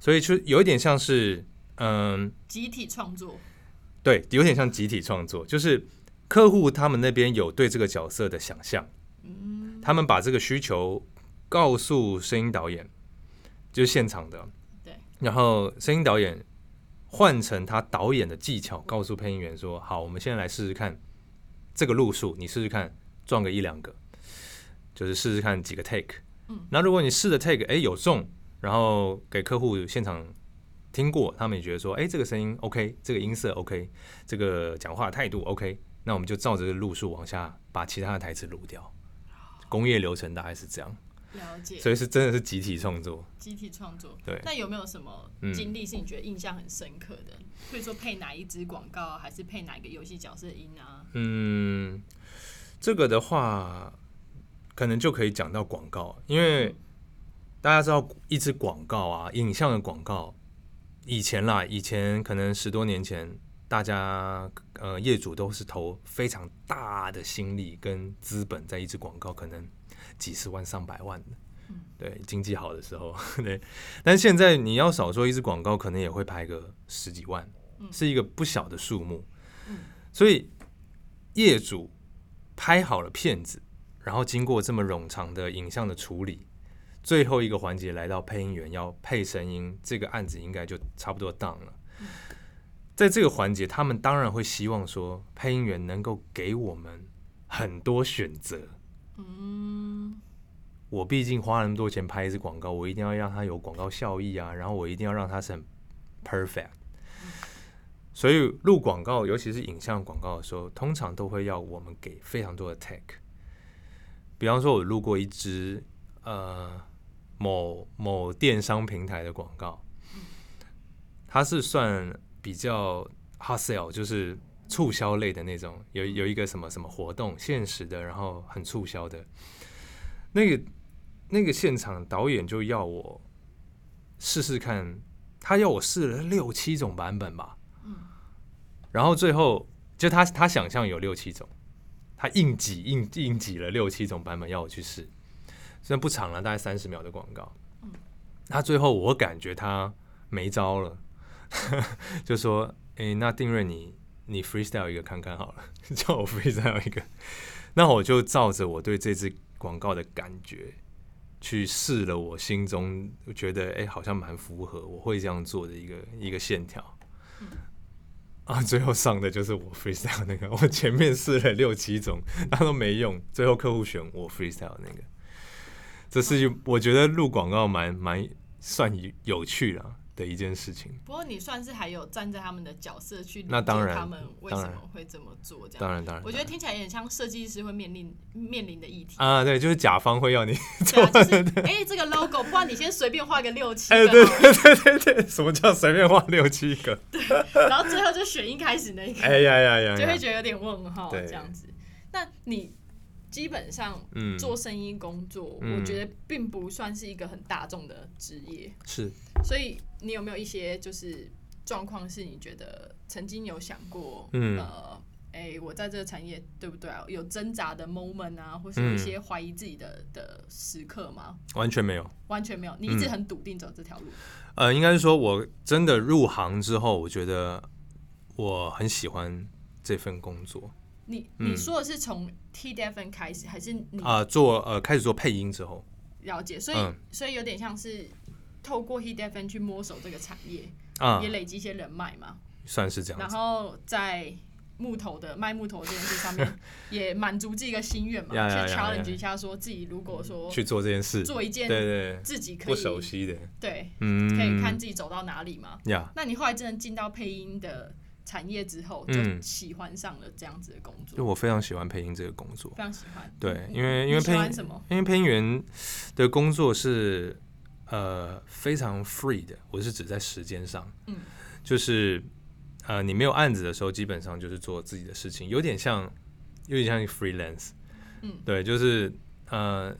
Speaker 2: 所以就有一点像是嗯、
Speaker 1: 集体创作，
Speaker 2: 对，有点像集体创作，就是客户他们那边有对这个角色的想象，他们把这个需求告诉声音导演，就是现场的，
Speaker 1: 对，
Speaker 2: 然后声音导演换成他导演的技巧，告诉配音员说：“好，我们现在来试试看这个路数，你试试看撞个一两个，就是试试看几个 take。嗯，那如果你试的 take 哎有中，然后给客户现场听过，他们也觉得说，哎，这个声音 OK，这个音色 OK，这个讲话态度 OK，那我们就照着这个路数往下把其他的台词录掉。工业流程大概是这样，
Speaker 1: 了解，
Speaker 2: 所以是真的是集体创作。
Speaker 1: 集体创作。
Speaker 2: 对
Speaker 1: 那有没有什么
Speaker 2: 嗯
Speaker 1: 经历是你觉得印象很深刻的？比如说配哪一支广告啊，还是配哪个游戏角色音啊？
Speaker 2: 嗯，这个的话，可能就可以讲到广告，因为大家知道一支广告啊，影像的广告，以前啦，以前可能十多年前，大家呃业主都是投非常大的心力跟资本在一支广告，可能几十万、上百万的。对，经济好的时候， 对，但现在你要少说一支广告，可能也会拍个十几万，是一个不小的数目。所以业主拍好了片子，然后经过这么冗长的影像的处理，最后一个环节来到配音员要配声音，这个案子应该就差不多 down 了。在这个环节，他们当然会希望说配音员能够给我们很多选择。
Speaker 1: 嗯，
Speaker 2: 我毕竟花了那么多钱拍一支广告，我一定要让它有广告效益啊，然后我一定要让它是很 perfect。所以录广告，尤其是影像广告的时候，通常都会要我们给非常多的 take。比方说，我录过一支呃某某电商平台的广告，它是算比较 hot sale，就是促销类的那种，有有一个什么什么活动，限时的，然后很促销的。那个那个现场导演就要我试试看，他要我试了六七种版本吧，
Speaker 1: 嗯
Speaker 2: 然后最后就他他想象有六七种，他硬挤硬硬挤了六七种版本要我去试，虽然不长了，大概三十秒的广告，他最后我感觉他没招了， 就说：“诶，那定瑞你你 freestyle 一个看看好了， 叫我 freestyle 一个。”那我就照着我对这支广告的感觉去试了，我心中觉得哎、诶好像蛮符合我会这样做的一个一个线条。啊，最后上的就是我 freestyle 那个，我前面试了六七种，他都没用，最后客户选我 freestyle 那个。这是
Speaker 1: 嗯
Speaker 2: 一我觉得录广告蛮蛮算有趣啦的一件事情。
Speaker 1: 不过你算是还有站在他们的角色去理
Speaker 2: 那
Speaker 1: 解
Speaker 2: 当然
Speaker 1: 他们为
Speaker 2: 当
Speaker 1: 什
Speaker 2: 然
Speaker 1: 么会这么做这样。
Speaker 2: 当然，当然，
Speaker 1: 我觉得
Speaker 2: 当
Speaker 1: 听起来有点像设计师会面临面临的议 题，
Speaker 2: 然啊，对，就是甲方会要你
Speaker 1: 对啊，就是哎、这个 logo，不然你先随便画个六七
Speaker 2: 哎，
Speaker 1: 个
Speaker 2: 对
Speaker 1: 好了，
Speaker 2: 对对对对，什么叫随便画六七个？
Speaker 1: 然后最后就选一开始那一个，
Speaker 2: 哎呀呀呀
Speaker 1: 就会
Speaker 2: 呀！
Speaker 1: 觉得有点问号
Speaker 2: 对
Speaker 1: 这样子。那你基本上
Speaker 2: 嗯
Speaker 1: 做生意工作，
Speaker 2: 嗯
Speaker 1: 我觉得并不算是一个很大众的职业，
Speaker 2: 是，
Speaker 1: 所以你有没有一些就是状况是你觉得曾经有想过，
Speaker 2: 嗯
Speaker 1: 呃，哎、我在这个产业对不对啊？有挣扎的 moment 啊，或是有一些
Speaker 2: 嗯
Speaker 1: 怀疑自己的、的时刻吗？
Speaker 2: 完全没有。
Speaker 1: 完全没有，你一直
Speaker 2: 嗯
Speaker 1: 很笃定走这条路。
Speaker 2: 呃，应该是说我真的入行之后，我觉得我很喜欢这份工作
Speaker 1: 你
Speaker 2: 嗯
Speaker 1: 你说的是从 T D F N 开始，还是你
Speaker 2: 啊、做呃开始做配音之后
Speaker 1: 了解？所以、
Speaker 2: 嗯
Speaker 1: 所以有点像是透过 T D F N 去摸索这个产业，
Speaker 2: 啊
Speaker 1: 也，累积一些人脉嘛。
Speaker 2: 算是这样
Speaker 1: 然
Speaker 2: 子。
Speaker 1: 后在木头的卖木头这件事上 面，也满足自己一个心愿嘛，
Speaker 2: 呀呀
Speaker 1: 去
Speaker 2: 呀呀
Speaker 1: challenge 一下，说自己如果说
Speaker 2: 去做这件事，
Speaker 1: 做一件
Speaker 2: 对对，
Speaker 1: 自己可
Speaker 2: 不
Speaker 1: 以
Speaker 2: 熟悉的，
Speaker 1: 对，
Speaker 2: 嗯，
Speaker 1: 可以看自己走到哪里嘛。
Speaker 2: 呀。
Speaker 1: 那你后来真的进到配音的产业之后，就
Speaker 2: 嗯
Speaker 1: 喜欢上了这样子的工作，
Speaker 2: 就我非常喜欢配音这个工作，
Speaker 1: 非常喜欢。
Speaker 2: 对，
Speaker 1: 你
Speaker 2: 因为
Speaker 1: 你
Speaker 2: 因为
Speaker 1: 喜
Speaker 2: 配
Speaker 1: 欢
Speaker 2: 音
Speaker 1: 什么？
Speaker 2: 因为配音员的工作是呃非常 free 的，我是指在时间上，
Speaker 1: 嗯，
Speaker 2: 就是呃你没有案子的时候，基本上就是做自己的事情，有点像有点像一个 freelance，
Speaker 1: 嗯
Speaker 2: 对，就是呃
Speaker 1: 通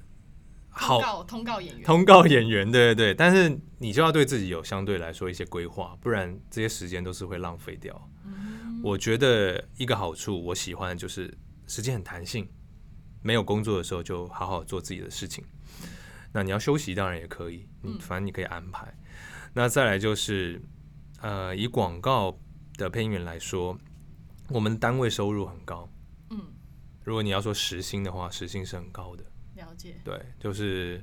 Speaker 2: 好
Speaker 1: 告通告演员，
Speaker 2: 通告演员，对对对，但是你就要对自己有相对来说一些规划，不然这些时间都是会浪费掉。我觉得一个好处，我喜欢的就是时间很弹性，没有工作的时候就好好做自己的事情。那你要休息当然也可以，你反正你可以安排。那再来就是，呃，以广告的配音员来说，我们单位收入很高。
Speaker 1: 嗯，
Speaker 2: 如果你要说时薪的话，时薪是很高的。
Speaker 1: 了解。
Speaker 2: 对，就是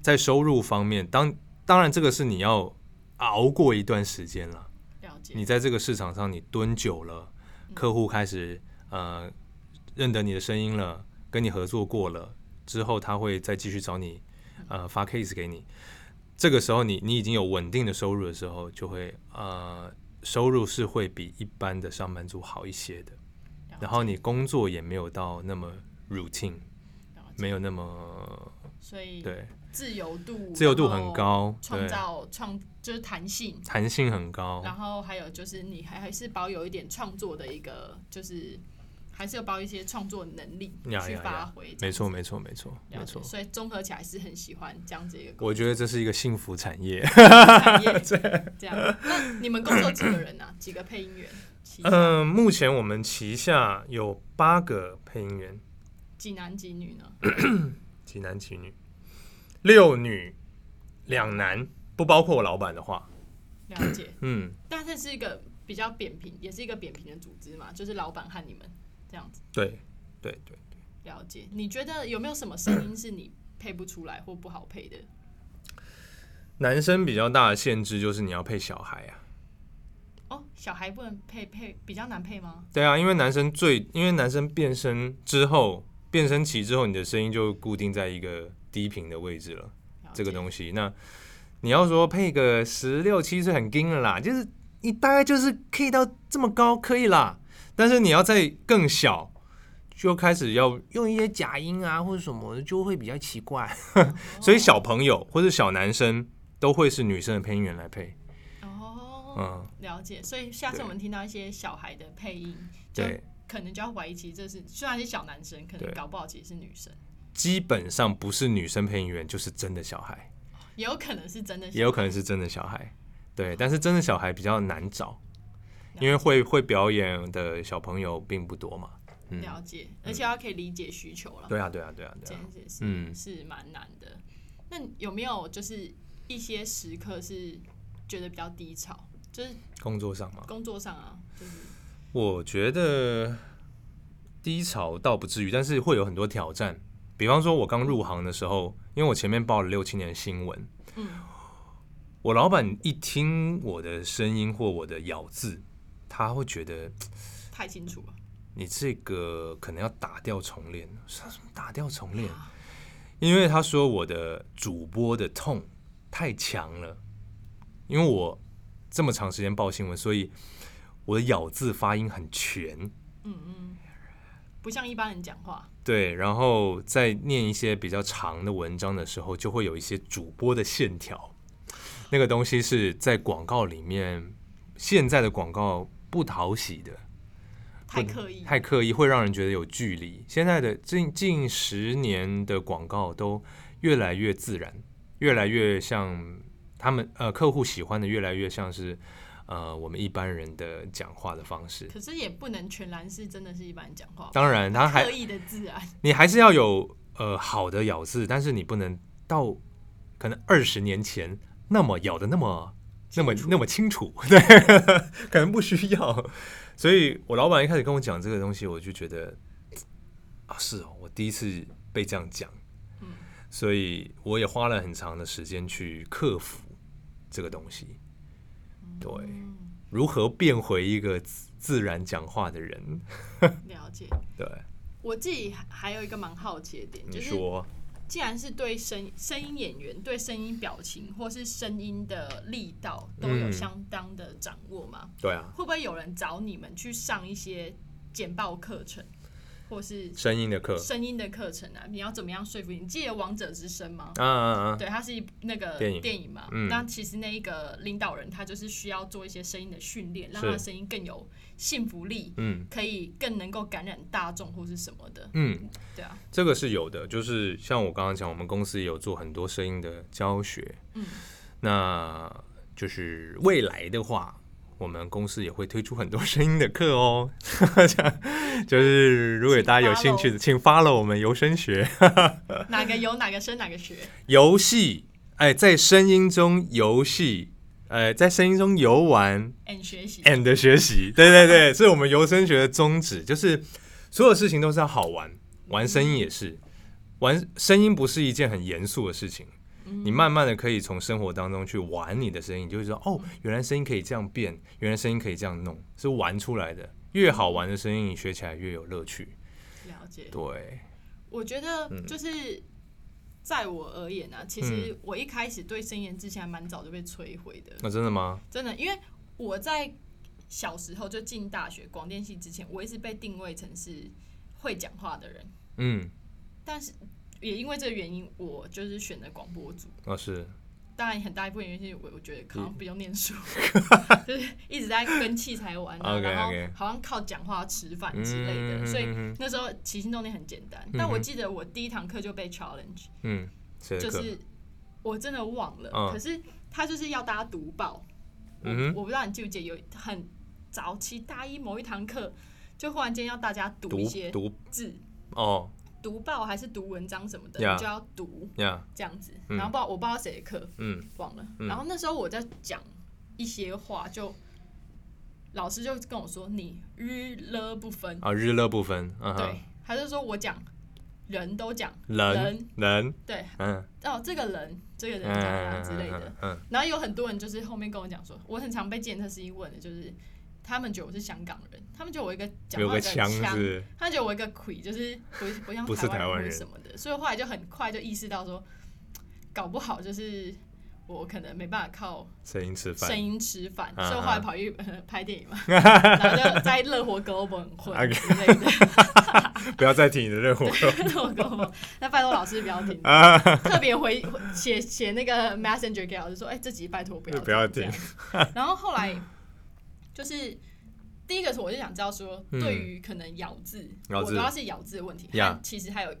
Speaker 2: 在收入方面，当当然这个是你要熬过一段时间了。
Speaker 1: 了解，
Speaker 2: 你在这个市场上你蹲久了，客户开始呃认得你的声音了，跟你合作过了之后，他会再继续找你呃发 case 给你。这个时候你你已经有稳定的收入的时候，就会呃收入是会比一般的上班族好一些的。然后你工作也没有到那么 routine，
Speaker 1: 了解
Speaker 2: 没有那么
Speaker 1: 所以
Speaker 2: 对
Speaker 1: 自由度
Speaker 2: 自由度很，
Speaker 1: 然
Speaker 2: 高，
Speaker 1: 后创
Speaker 2: 对
Speaker 1: 造创就是弹性，
Speaker 2: 弹性很高，
Speaker 1: 然后还有就是你还还是保有一点创作的一个，就是还是有保有一些创作能力
Speaker 2: 呀
Speaker 1: 去
Speaker 2: 呀
Speaker 1: 发
Speaker 2: 呀
Speaker 1: 挥这样子，
Speaker 2: 没错没错没错
Speaker 1: 了
Speaker 2: 没
Speaker 1: 解
Speaker 2: 错。
Speaker 1: 所以综合起来是很喜欢这样子 一个工
Speaker 2: 我觉得这是一个幸福产业。
Speaker 1: 作产 业这样。那你们工作几个人啊？几个配音员？其实
Speaker 2: 嗯、目前我们旗下有八个配音员，
Speaker 1: 几男几女呢？
Speaker 2: 几男几女，六女两男，不包括我老板的话，
Speaker 1: 了解，
Speaker 2: 嗯，
Speaker 1: 但是是一个比较扁平，也是一个扁平的组织嘛，就是老板和你们这样子。
Speaker 2: 对对对，
Speaker 1: 了解，你觉得有没有什么声音是你配不出来或不好配的？
Speaker 2: 男生比较大的限制就是你要配小孩啊，
Speaker 1: 哦，小孩不能配配比较难配吗？
Speaker 2: 对啊，因为男生最因为男生变声之后，变声期之后，你的声音就固定在一个低频的位置了，这个
Speaker 1: 西
Speaker 2: 东西，那你要说配个十六七岁很硬了啦，就是你大概就是可以到这么高可以啦，但是你要再更小。就开始要用一些假音啊，或者什么的，就会比较奇怪。 所以小朋友或者小男生都会是女生的配音员来配，
Speaker 1: 哦，
Speaker 2: 嗯，
Speaker 1: 了解。所以下次
Speaker 2: 对
Speaker 1: 我们听到一些小孩的配音，就
Speaker 2: 对，
Speaker 1: 可能就要怀疑，其实这是虽然是小男生，可能
Speaker 2: 对
Speaker 1: 搞不好其实是女生，
Speaker 2: 基本上不是女生配音员就是真的小孩，
Speaker 1: 也有可能是真的小孩，
Speaker 2: 也有可能是真的小孩，对，但是真的小孩比较难找，
Speaker 1: 了解
Speaker 2: 因为会会表演的小朋友并不多嘛，嗯，
Speaker 1: 了解，而且要可以理解需求了，
Speaker 2: 对啊，对啊，对啊，
Speaker 1: 这
Speaker 2: 对啊，
Speaker 1: 件事是、
Speaker 2: 嗯
Speaker 1: 是蛮难的。那有没有就是一些时刻是觉得比较低潮，就是
Speaker 2: 工作上嘛，
Speaker 1: 工作上啊，就是
Speaker 2: 我觉得低潮倒不至于，但是会有很多挑战，比方说我刚入行的时候，因为我前面报了六七年新闻，
Speaker 1: 嗯，
Speaker 2: 我老板一听我的声音或我的咬字，他会觉得
Speaker 1: 太清楚了，
Speaker 2: 你这个可能要打掉重练。我说什么打掉重练？因为他说我的主播的痛太强了，因为我这么长时间报新闻，所以我的咬字发音很全。
Speaker 1: 嗯不像一般人讲话，
Speaker 2: 对，然后在念一些比较长的文章的时候，就会有一些主播的线条，那个东西是在广告里面，现在的广告不讨喜的，
Speaker 1: 太刻意，
Speaker 2: 太刻意会让人觉得有距离。现在的近近十年的广告都越来越自然，越来越像他们呃客户喜欢的，越来越像是呃我们一般人的讲话的方式。
Speaker 1: 可是也不能全然是真的是一般人讲话吧，
Speaker 2: 当然，他还
Speaker 1: 刻意的自然，
Speaker 2: 你还是要有呃好的咬字，但是你不能到可能二十年前那么咬的那么那么那么清楚，对，可能不需要。所以我老板一开始跟我讲这个东西，我就觉得啊是哦，我第一次被这样讲，所以我也花了很长的时间去克服这个东西。对，
Speaker 1: 嗯
Speaker 2: 如何变回一个自自然讲话的人？
Speaker 1: 了解。
Speaker 2: 对，
Speaker 1: 我自己还还有一个蛮好奇的点，
Speaker 2: 你
Speaker 1: 就是
Speaker 2: 说，
Speaker 1: 既然是对声声音演员对声音表情或是声音的力道都有
Speaker 2: 嗯
Speaker 1: 相当的掌握嘛，
Speaker 2: 对啊，
Speaker 1: 会不会有人找你们去上一些简报课程，或是
Speaker 2: 声音的课，
Speaker 1: 声音的课程啊？你要怎么样说服你？你记得《王者之声》吗？
Speaker 2: 啊啊啊！
Speaker 1: 对，它是一那个
Speaker 2: 电影
Speaker 1: 嘛。
Speaker 2: 嗯
Speaker 1: 那其实那一个领导人他就是需要做一些声音的训练，让
Speaker 2: 是
Speaker 1: 他的声音更有信服力，
Speaker 2: 嗯
Speaker 1: 可以更能够感染大众或是什么的。
Speaker 2: 嗯，
Speaker 1: 对啊，
Speaker 2: 这个是有的，就是像我刚刚讲，我们公司也有做很多声音的教学。
Speaker 1: 嗯，
Speaker 2: 那就是未来的话，我们公司也会推出很多声音的课哦。 这样就是如果大家有兴趣的，请 follow 我们游声学
Speaker 1: 哪个有哪个声哪个学。
Speaker 2: 游戏。哎，在声音中游戏，哎，在声音中游玩
Speaker 1: and 学习。
Speaker 2: and 学习。对对 对，是我们游声学的宗旨，就是所有事情都是要好玩，玩声音也是，玩声音不是一件很严肃的事情。
Speaker 1: 嗯
Speaker 2: 你慢慢的可以从生活当中去玩你的声音，你就会说哦，
Speaker 1: 嗯
Speaker 2: 原来声音可以这样变，原来声音可以这样弄，是玩出来的。越好玩的声音，你学起来越有乐趣。
Speaker 1: 了解。
Speaker 2: 对，
Speaker 1: 我觉得就是在我而言啊，其实我一开始对森严之前还蛮早就被摧毁的，
Speaker 2: 那、真的吗？
Speaker 1: 真的，因为我在小时候就进大学广电系之前，我一直被定位成是会讲话的人，
Speaker 2: 嗯，
Speaker 1: 但是也因为这个原因，我就是选择广播组。
Speaker 2: 哦是，
Speaker 1: 当然，很大一部分原因是我我觉得好
Speaker 2: 嗯
Speaker 1: 像不用 念书，就是一直在跟器材玩啊
Speaker 2: OK，OK
Speaker 1: 然后好像靠讲话吃饭之类的，
Speaker 2: 嗯
Speaker 1: 所以
Speaker 2: 嗯嗯
Speaker 1: 那时候起心动念很简单。但我记得我第一堂课就被 challenge，
Speaker 2: 嗯，谁
Speaker 1: 就
Speaker 2: 的课？
Speaker 1: 是我真的忘了，
Speaker 2: 嗯
Speaker 1: 可是他就是要大家读报，我
Speaker 2: 嗯哼
Speaker 1: 我不知道你记不记得，有很早期大一某一堂课，就忽然间要大家读一些
Speaker 2: 读读
Speaker 1: 字，
Speaker 2: 哦
Speaker 1: 读报还是读文章什么的
Speaker 2: Yeah
Speaker 1: 你就要读
Speaker 2: 呀，
Speaker 1: 这样子。
Speaker 2: 嗯
Speaker 1: 然后不知道我不知道谁的课
Speaker 2: 嗯
Speaker 1: 忘了，
Speaker 2: 嗯
Speaker 1: 然后那时候我在讲一些话就。老师就跟我说：“你日了不分。
Speaker 2: 啊日乐部分，嗯
Speaker 1: 对
Speaker 2: 哼，，
Speaker 1: 他就说我讲人都讲
Speaker 2: 人人，
Speaker 1: 对，
Speaker 2: 嗯，
Speaker 1: 哦，这个人，这个人
Speaker 2: 嗯
Speaker 1: 怎么样之类的。，
Speaker 2: 嗯嗯
Speaker 1: 然后有很多人就是后面跟我讲说，我很常被健测师一问的，就是他们觉得我是香港人，他们觉得我一个
Speaker 2: 嗯
Speaker 1: 讲
Speaker 2: 有
Speaker 1: 话
Speaker 2: 个
Speaker 1: 有点
Speaker 2: 枪
Speaker 1: 腔，
Speaker 2: 是
Speaker 1: 他觉得我一个鬼，就是不不像
Speaker 2: 不是台
Speaker 1: 台
Speaker 2: 湾
Speaker 1: 或者
Speaker 2: 人
Speaker 1: 什么的，所以后来就很快就意识到说，搞不好就是。我可能没办法靠
Speaker 2: 声音吃饭
Speaker 1: 声音吃饭，
Speaker 2: 嗯
Speaker 1: 所以我
Speaker 2: 嗯
Speaker 1: 后来跑去、呃拍电 影嘛，然后就在乐活 Global 混
Speaker 2: OK
Speaker 1: 之类的，
Speaker 2: 不要再提你的任务了
Speaker 1: 乐活 Global。那拜托老师不要听，
Speaker 2: 啊，
Speaker 1: 特别回写写那个 Messenger 给老师说，哎、这集拜托不要
Speaker 2: 不要
Speaker 1: 听。这样 然后后来就是第一个是我就想知道说，
Speaker 2: 嗯
Speaker 1: 对于可能咬字，
Speaker 2: 咬
Speaker 1: 我
Speaker 2: 字
Speaker 1: 主要是咬字的问题，
Speaker 2: 呀
Speaker 1: 它其实还有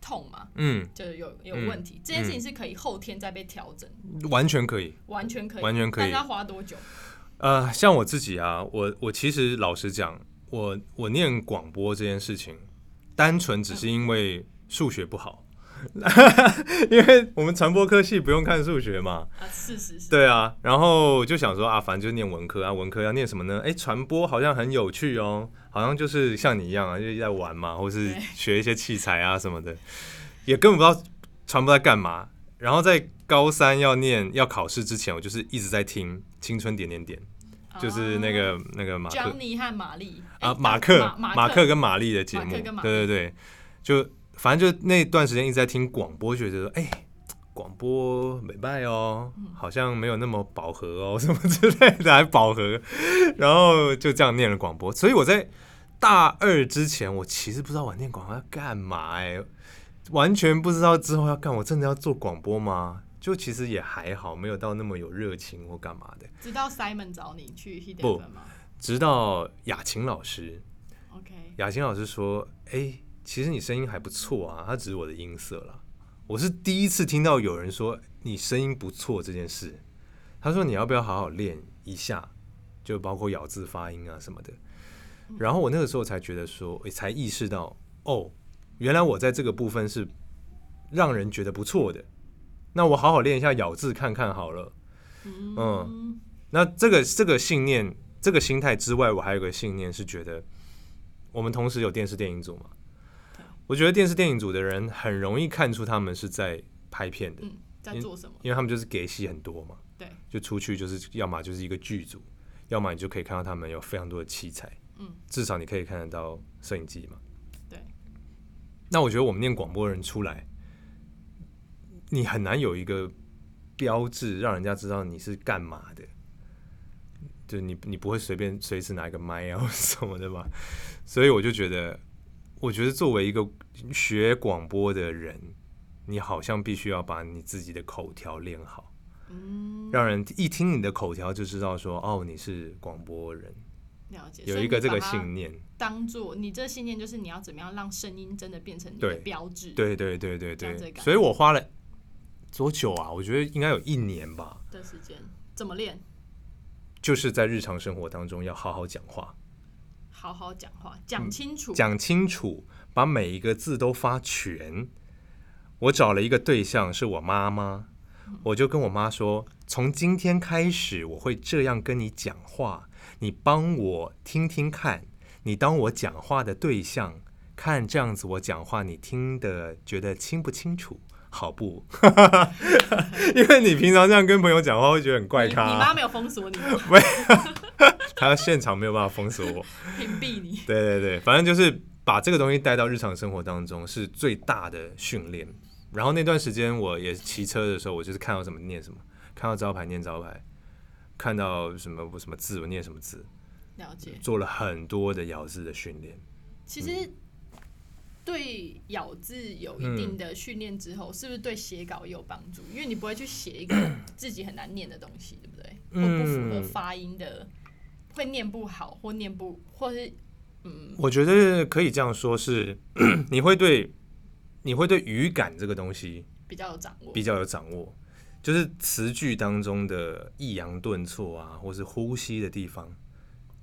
Speaker 1: 痛嘛，
Speaker 2: 嗯，
Speaker 1: 就是有有
Speaker 2: 嗯
Speaker 1: 问题，这件事情是可以后天再被调整，
Speaker 2: 完全可以。
Speaker 1: 完全可以，
Speaker 2: 完全可以
Speaker 1: 但是要花多久？
Speaker 2: 呃，像我自己啊，我我其实老实讲，我我念广播这件事情，单纯只是因为数学不好， 因为我们传播科系不用看数学嘛。
Speaker 1: 啊，是是是，
Speaker 2: 对啊，然后就想说啊，反正就念文科啊，文科要念什么呢？哎，传播好像很有趣哦，好像就是像你一样啊，就一直在玩嘛，或是
Speaker 1: 对
Speaker 2: 学一些器材啊什么的，也根本不知道传播在干嘛。然后在高三要念要考试之前，我就是一直在听《青春点点点》，就是那个、那个马克
Speaker 1: Johnny 和玛丽
Speaker 2: 啊
Speaker 1: 哎
Speaker 2: 马克
Speaker 1: 马
Speaker 2: 马
Speaker 1: 克
Speaker 2: 克跟玛丽的节目
Speaker 1: 马克跟，玛丽
Speaker 2: 对对对，就反正就那段时间一直在听广播，觉得哎。广播美拜哦，
Speaker 1: 嗯
Speaker 2: 好像没有那么饱和哦， 什么之类的，还饱和，然后就这样念了广播。所以我在大二之前，我其实不知道我念广播要干嘛哎、完全不知道之后要干，我真的要做广播吗？就其实也还好，没有到那么有热情或干嘛的。
Speaker 1: 直到 Simon 找你去 h i d
Speaker 2: 不
Speaker 1: e n 吗
Speaker 2: 直到雅琴老师，
Speaker 1: ？OK，
Speaker 2: 雅琴老师说：“哎、其实你声音还不错啊，他只是我的音色啦。”我是第一次听到有人说你声音不错这件事。他说：“你要不要好好练一下？就包括咬字、发音啊什么的。”然后我那个时候才觉得说，诶才意识到哦，原来我在这个部分是让人觉得不错的。那我好好练一下咬字看看好了。嗯，那这个这个信念、这个心态之外，我还有个信念是觉得，我们同时有电视电影组嘛。我觉得电视电影组的人很容易看出他们是在拍片的，
Speaker 1: 嗯，在做什么？
Speaker 2: 因为他们就是给戏很多嘛，
Speaker 1: 对，
Speaker 2: 就出去就是要么就是一个剧组，要么你就可以看到他们有非常多的器材，
Speaker 1: 嗯，
Speaker 2: 至少你可以看得到摄影机嘛。
Speaker 1: 对，
Speaker 2: 那我觉得我们念广播的人出来，你很难有一个标志让人家知道你是干嘛的，就你你不会随便随时拿一个麦啊或什么的吧？所以我就觉得，我觉得作为一个学广播的人，你好像必须要把你自己的口条练好，
Speaker 1: 嗯，
Speaker 2: 让人一听你的口条就知道说，哦，你是广播人，
Speaker 1: 了解。
Speaker 2: 有一个这个
Speaker 1: 性。
Speaker 2: 信念。
Speaker 1: 当做你这信念就是你要怎么样让声音真的变成你的
Speaker 2: 对
Speaker 1: 标志。
Speaker 2: 对对对对
Speaker 1: 这样子的
Speaker 2: 对，
Speaker 1: 感
Speaker 2: 所以我花了多久啊？我觉得应该有一年吧，
Speaker 1: 的时间怎么练？
Speaker 2: 就是在日常生活当中要好好讲话，
Speaker 1: 好好讲话，讲清楚。
Speaker 2: 嗯讲清楚，把每一个字都发全。我找了一个对象是我妈妈，我就跟我妈说，从今天开始我会这样跟你讲话，你帮我听听看，你当我讲话的对象，看这样子我讲话你听的觉得清不清楚，好不？ 因为你平常这样跟朋友讲话会觉得很怪
Speaker 1: 你
Speaker 2: 咖、
Speaker 1: 你妈没有封锁你，
Speaker 2: 她现场没有办法封锁我。
Speaker 1: 屏蔽你。
Speaker 2: 对对对，反正就是把这个东西带到日常生活当中是最大的训练。然后那段时间我也骑车的时候，我就是看到什么念什么，看到招牌念招牌，看到什么什么字我念什么字，
Speaker 1: 了解。
Speaker 2: 做了很多的咬字的训练。
Speaker 1: 其实对咬字有一定的训练之后，是不是对写稿也有帮助？因为你不会去写一 个自己很难念的东西，对不对？或不符合
Speaker 2: 嗯
Speaker 1: 发音的，会念不好，或念不，或是嗯，
Speaker 2: 我觉得可以这样说是， 你会对你会对语感这个东西
Speaker 1: 比较有掌握
Speaker 2: 比。较有掌握，就是词句当中的抑扬顿挫啊，或是呼吸的地方，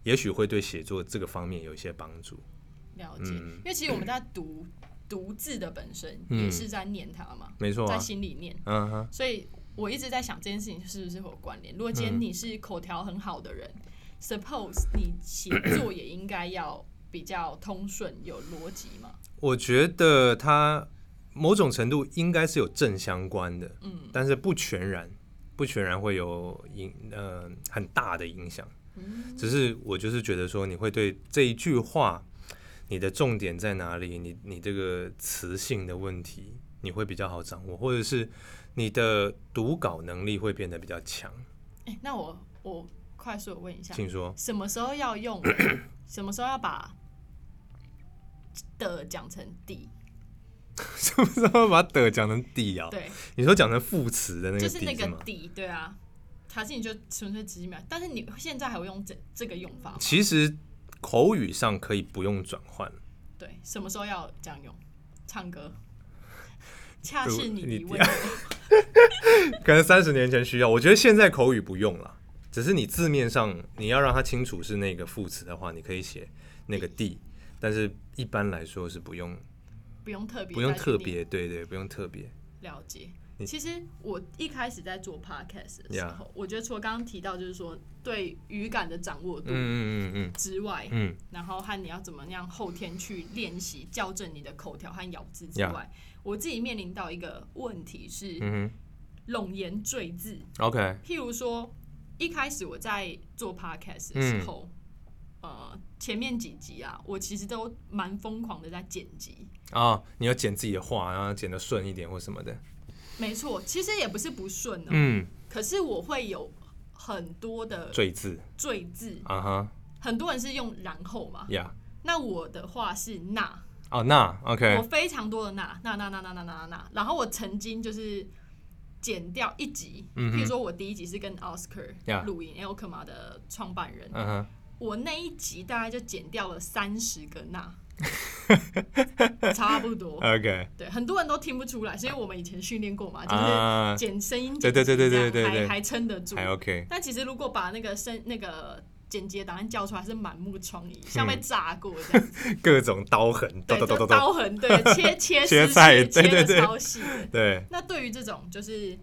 Speaker 2: 也许会对写作这个方面有一些帮助。
Speaker 1: 了解，
Speaker 2: 嗯
Speaker 1: 因为其实我们在读读字的本身
Speaker 2: 嗯
Speaker 1: 也是在念它嘛，
Speaker 2: 没错
Speaker 1: 在
Speaker 2: 啊，
Speaker 1: 心里念，
Speaker 2: 嗯哼，
Speaker 1: 所以我一直在想这件事情是不是会有关联。如果今
Speaker 2: 嗯
Speaker 1: 天你是口条很好的人、s u p p o s e 你写作也应该要比较通顺、有逻辑嘛？
Speaker 2: 我觉得它某种程度应该是有正相关的，
Speaker 1: 嗯，
Speaker 2: 但是不全然，不全然会有影呃很大的影响。
Speaker 1: 嗯
Speaker 2: 只是我就是觉得说，你会对这一句话，你的重点在哪里？你你这个词性的问题，你会比较好掌握，或者是你的读稿能力会变得比较强。
Speaker 1: 哎、那我我快速地问一下，
Speaker 2: 请说，
Speaker 1: 什么时候要 用？什么时候要把的讲成底？
Speaker 2: 是不是要把的讲成底啊？
Speaker 1: 对，
Speaker 2: 你说讲成副词的那
Speaker 1: 就
Speaker 2: 个
Speaker 1: 是那
Speaker 2: 底是
Speaker 1: 个
Speaker 2: 吗？
Speaker 1: 底，对啊。还是你就纯粹直接秒，但是你现在还会用这这个用法吗？
Speaker 2: 其实口语上可以不用转换。
Speaker 1: 对，什么时候要这样用？唱歌， 恰
Speaker 2: 如
Speaker 1: 是你
Speaker 2: 你
Speaker 1: 一位
Speaker 2: 第。可能三十年前需要，我觉得现在口语不用了，只是你字面上你要让它清楚是那个副词的话，你可以写那个 d，但是一般来说是不用
Speaker 1: 不用特别，
Speaker 2: 不用特别，对对，不用特别，
Speaker 1: 了解。
Speaker 2: 你
Speaker 1: 其实我一开始在做 podcast 的时候我觉得除了刚刚提到，就是说对语感的掌握度
Speaker 2: 嗯嗯嗯
Speaker 1: 之外，
Speaker 2: 嗯
Speaker 1: 然后和你要怎么样后天去练习校正你的口条和咬字之
Speaker 2: Yeah
Speaker 1: 外我自己面临到一个问题是
Speaker 2: 嗯嗯
Speaker 1: 冗言赘字。
Speaker 2: 哼，OK，
Speaker 1: 譬如说，一开始我在做 podcast
Speaker 2: 嗯
Speaker 1: 的时候，呃，前面几集啊，我其实都蛮疯狂的在剪辑。
Speaker 2: 啊，你要剪自己的话，然后剪得顺一点或什么的，
Speaker 1: 没错，其实也不是不顺哦、
Speaker 2: 嗯，
Speaker 1: 可是我会有很多的
Speaker 2: 赘字
Speaker 1: 赘字，
Speaker 2: 啊哈
Speaker 1: 很多人是用然后嘛，
Speaker 2: 呀，
Speaker 1: 那我的话是那，
Speaker 2: 哦那
Speaker 1: 我
Speaker 2: OK，
Speaker 1: 非常多的那那那那那那那那，然后我曾经就是。剪掉一集，
Speaker 2: 嗯哼
Speaker 1: 譬如说我第一集是跟 Oscar
Speaker 2: Yeah
Speaker 1: 录音 e l k m a 的创办人，
Speaker 2: 嗯哼，
Speaker 1: 我那一集大概就剪掉了三十个 那，差不多。
Speaker 2: OK，
Speaker 1: 对，很多人都听不出来，是因为我们以前训练过嘛，就是
Speaker 2: 啊，
Speaker 1: 剪声音
Speaker 2: 对
Speaker 1: 剪
Speaker 2: 对
Speaker 1: 辑
Speaker 2: 对对
Speaker 1: 这样
Speaker 2: 对对对
Speaker 1: 还还撑得住。
Speaker 2: 还 OK，
Speaker 1: 但其实如果把那个声那个剪辑的档案叫出来，是满目疮痍，像
Speaker 2: 嗯
Speaker 1: 被炸过这 样子。
Speaker 2: 各种刀痕，
Speaker 1: 对，就刀痕，对，切 切
Speaker 2: 切
Speaker 1: 丝
Speaker 2: 菜
Speaker 1: 切
Speaker 2: 对对
Speaker 1: 的
Speaker 2: 对
Speaker 1: 超细的。
Speaker 2: 对。
Speaker 1: 那对于这种就是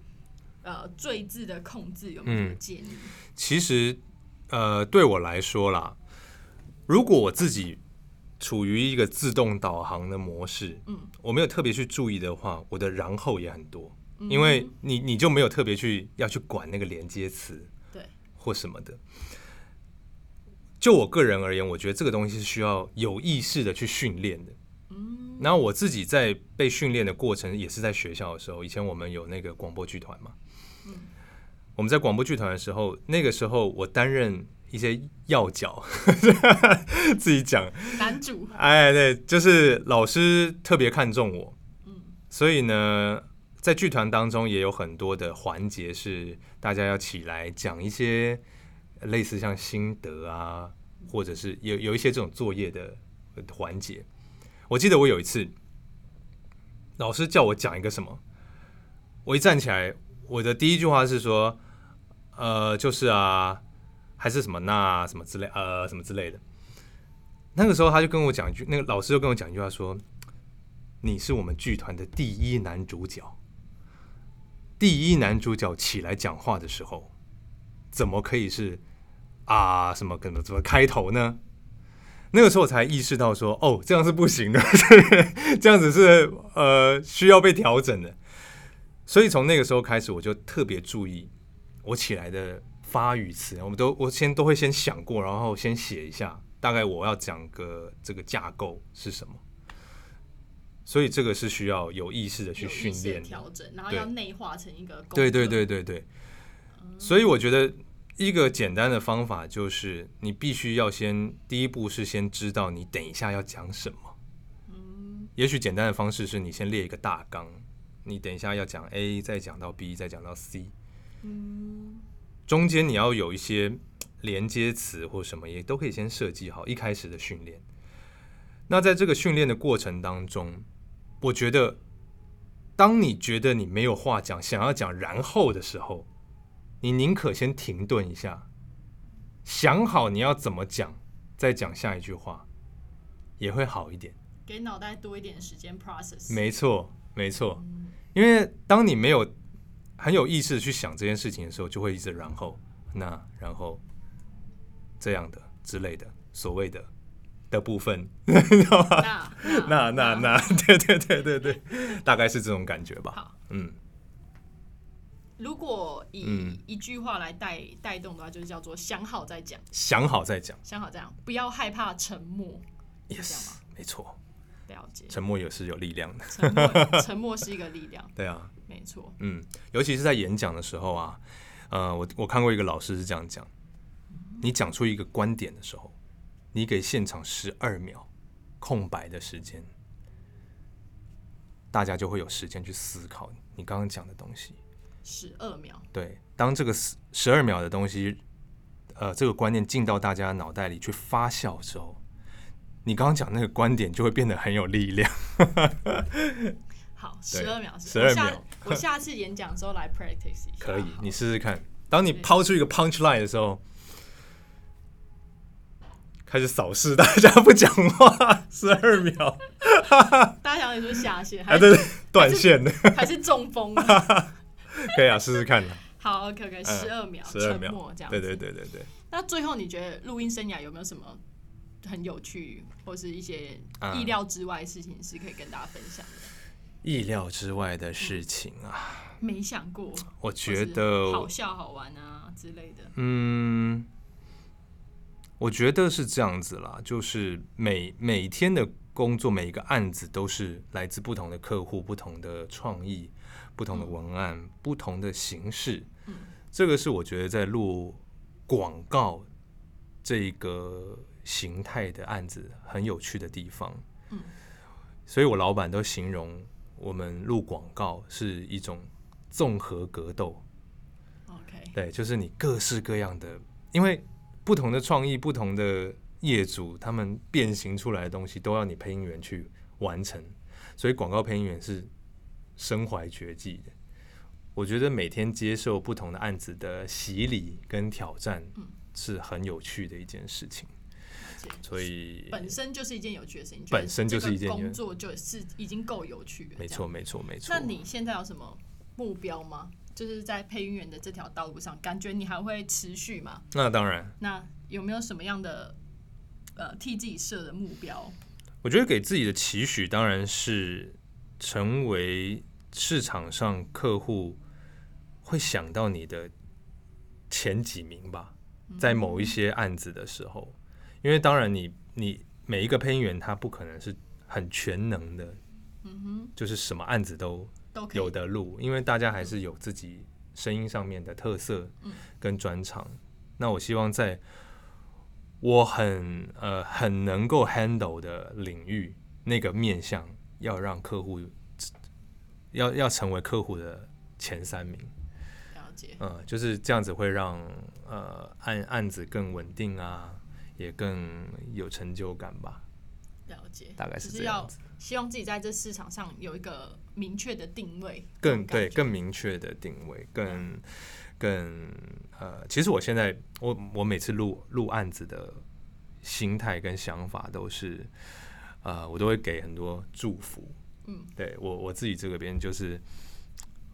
Speaker 1: 呃赘字的控制，有没有什么
Speaker 2: 嗯
Speaker 1: 建议？
Speaker 2: 其实，呃，对我来说啦，如果我自己处于一个自动导航的模式，
Speaker 1: 嗯，
Speaker 2: 我没有特别去注意的话，我的然后也很多，
Speaker 1: 嗯
Speaker 2: 因为你你就没有特别去要去管那个连接词，
Speaker 1: 对，
Speaker 2: 或什么的。就我个人而言，我觉得这个东西是需要有意识的去训练的。
Speaker 1: 嗯，
Speaker 2: 然后我自己在被训练的过程，也是在学校的时候，以前我们有那个广播剧团嘛，我们在广播剧团的时候，那个时候我担任一些要角， 自己讲，
Speaker 1: 男 主
Speaker 2: 哎，对，就是老师特别看重我，所以呢，在剧团当中也有很多的环节是大家要起来讲一些类似像心得啊，或者是有有一些这种作业的环节。我记得我有一次，老师叫我讲一个什么，我一站起来，我的第一句话是说，呃，就是啊，还是什么那啊什么之类，呃，什么之类的。那个时候他就跟我讲一句，那个老师就跟我讲一句话说：“你是我们剧团的第一男主角。”第一男主角起来讲话的时候，怎么可以是啊什么怎么怎么开头呢？那个时候我才意识到说，哦，这样是不行的， 这样子是呃需要被调整的。所以从那个时候开始，我就特别注意我起来的发语词，我们都我先都会先想过，然后先写一下，大概我要讲个这个架构是什么。所以这个是需要有意识的去
Speaker 1: 有
Speaker 2: 训
Speaker 1: 意识的
Speaker 2: 练的。
Speaker 1: 调整，然后
Speaker 2: 对
Speaker 1: 要内化成一个功
Speaker 2: 对对
Speaker 1: 课，
Speaker 2: 对对对，所以我觉得一个简单的方法就是，你必须要先第一步是先知道你等一下要讲什么。
Speaker 1: 嗯
Speaker 2: 也许简单的方式是你先列一个大纲，你等一下要讲 A，再讲到 B，再讲到 C。中
Speaker 1: 嗯
Speaker 2: 间你要有一些嘖连接词或什么，也都可以先设计好一开始的训练。那在这个训练的过程当中，我觉得，当你觉得你没有话讲，想要讲然后的时候，你宁可先停顿一下，想好你要怎么讲，再讲下一句话，也会好一点。
Speaker 1: 给脑袋多一点时间 process。
Speaker 2: 没错，没错，因为当你没有很有意识地去想这件事情的时候，就会一直然后那然后这样的之类的所谓的的部分，
Speaker 1: 那
Speaker 2: 那那那，对对对对对，大概是这种感觉吧
Speaker 1: 好。
Speaker 2: 嗯，
Speaker 1: 如果以
Speaker 2: 嗯
Speaker 1: 一句话来带带动的话，就是叫做想好再讲，
Speaker 2: 想好再讲。
Speaker 1: 想好再讲，不要害怕沉默。这样
Speaker 2: Yes，
Speaker 1: 吗
Speaker 2: 没错，
Speaker 1: 了 解，
Speaker 2: 沉默也是有力量的。
Speaker 1: 沉默，沉默是一个力量，
Speaker 2: 对啊，
Speaker 1: 没错。
Speaker 2: 嗯，尤其是在演讲的时候啊，呃，我我看过一个老师是这样讲：你讲出一个观点的时候，你给现场十二秒空白的时间，大家就会有时间去思考你刚刚讲的东西。
Speaker 1: 十二秒，
Speaker 2: 对，当这个十十二秒的东西，呃，这个观念进到大家脑袋里去发酵之后，你刚刚讲那个观点就会变得很有力量。
Speaker 1: 好，
Speaker 2: 对
Speaker 1: 十二秒，
Speaker 2: 12
Speaker 1: 我下
Speaker 2: 秒
Speaker 1: 我下次演讲的时候来 practice 一下。
Speaker 2: 可以
Speaker 1: 好，
Speaker 2: 你试试看。当你抛出一个 punch line 的时候，开始扫视大家不讲话，十二 秒，
Speaker 1: 大家想你说下 线，还
Speaker 2: 哎，
Speaker 1: 是
Speaker 2: 对对，断线的，
Speaker 1: 还是中风？ 啊
Speaker 2: 可以啊，试试看啦。
Speaker 1: 好，OK OK，十二秒，
Speaker 2: 嗯十二
Speaker 1: 沉
Speaker 2: 秒
Speaker 1: 默这，样。
Speaker 2: 对对。对对对，
Speaker 1: 那最后你觉得录音生涯有没有什么很有趣，或是一些
Speaker 2: 嗯
Speaker 1: 意料之外的事情是可以跟大家分享的？
Speaker 2: 意料之外的事情啊，
Speaker 1: 没想过，
Speaker 2: 我觉
Speaker 1: 或是好
Speaker 2: 得，
Speaker 1: 笑、好玩啊之类的。
Speaker 2: 嗯，我觉得是这样子啦，就是每每天的工作，每一个案子都是来自不同的客户、不同的创意、不同的文案、不同的形式。这个是我觉得在录广告这一个形态的案子很有趣的地方。
Speaker 1: 嗯
Speaker 2: 所以我老板都形容我们录广告是一种综合格斗。
Speaker 1: OK，
Speaker 2: 对，就是你各式各样的，因为不同的创意、不同的业主，他们变形出来的东西都要你配音员去完成，所以广告配音员是身怀绝技的。我觉得每天接受不同的案子的洗礼跟挑战，是很有趣的一件事情。
Speaker 1: 嗯了解
Speaker 2: 所以，
Speaker 1: 本身就是一件有趣的事情，
Speaker 2: 本身就是一件
Speaker 1: 觉得这个
Speaker 2: 有
Speaker 1: 工作，就是已经够有趣了。
Speaker 2: 没
Speaker 1: 这样
Speaker 2: 错，没错，没错
Speaker 1: 那。你现在有什么目标吗？就是在配音员的这条道路上，感觉你还会持续吗？
Speaker 2: 那当然，
Speaker 1: 那有没有什么样的呃替自己设的目标？
Speaker 2: 我觉得给自己的期许当然是成为市场上客户会想到你的前几名吧，在某一些案子的时候，因为当然你你每一个配音员他不可能是很全能的，嗯哼，就是什么案子都
Speaker 1: 都可以
Speaker 2: 有的路，因为大家还是有自己声音上面的特色跟专长。那我希望在我很呃很能够 handle 的领域，那个面向要让客户要要成为客户的前三名，
Speaker 1: 了解，
Speaker 2: 嗯、就是这样子会让呃案案子更稳定啊，也更有成就感吧。
Speaker 1: 了解，
Speaker 2: 大概是
Speaker 1: 就
Speaker 2: 这
Speaker 1: 是
Speaker 2: 样
Speaker 1: 要希望自己在这市场上有一个明确的定位，
Speaker 2: 更
Speaker 1: 这种
Speaker 2: 对
Speaker 1: 感觉
Speaker 2: 更明确的定位，更更呃，其实我现在我我每次录录案子的心态跟想法都是，呃，我都会给很多祝福。
Speaker 1: 嗯，
Speaker 2: 对我我自己这个边就是，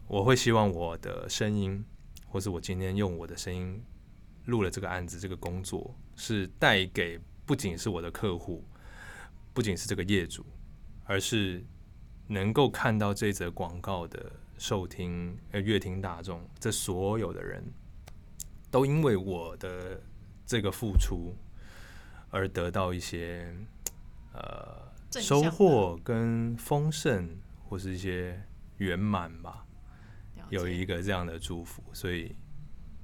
Speaker 2: 我会希望我的声音，或是我今天用我的声音录了这个案子，这个工作是带给不仅是我的客户，不仅是这个业主，而是能够看到这则广告的受听呃乐听大众，这所有的人都因为我的这个付出而得到一些呃
Speaker 1: 正向
Speaker 2: 收
Speaker 1: 的
Speaker 2: 获跟丰盛或是一些圆满吧，
Speaker 1: 了解
Speaker 2: 有一个这样的祝福，所以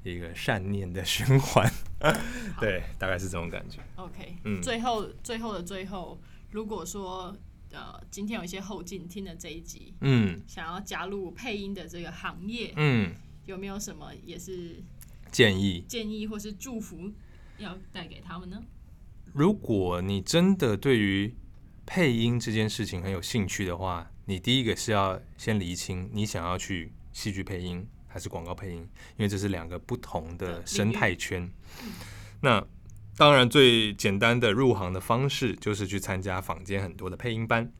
Speaker 2: 一个善念的循环， 对，大概是这种感觉。
Speaker 1: OK，、
Speaker 2: 嗯
Speaker 1: 最后最后的最后，如果说呃今天有一些后进听了这一集，
Speaker 2: 嗯
Speaker 1: 想要加入配音的这个行业，
Speaker 2: 嗯，
Speaker 1: 有没有什么也是
Speaker 2: 建议
Speaker 1: 建议或是祝福要带给他们呢？
Speaker 2: 如果你真的对于配音这件事情很有兴趣的话，你第一个是要先厘清你想要去戏剧配音还是广告配音，因为这是两个不同的生态圈。那当然，最简单的入行的方式就是去参加坊间很多的配音班。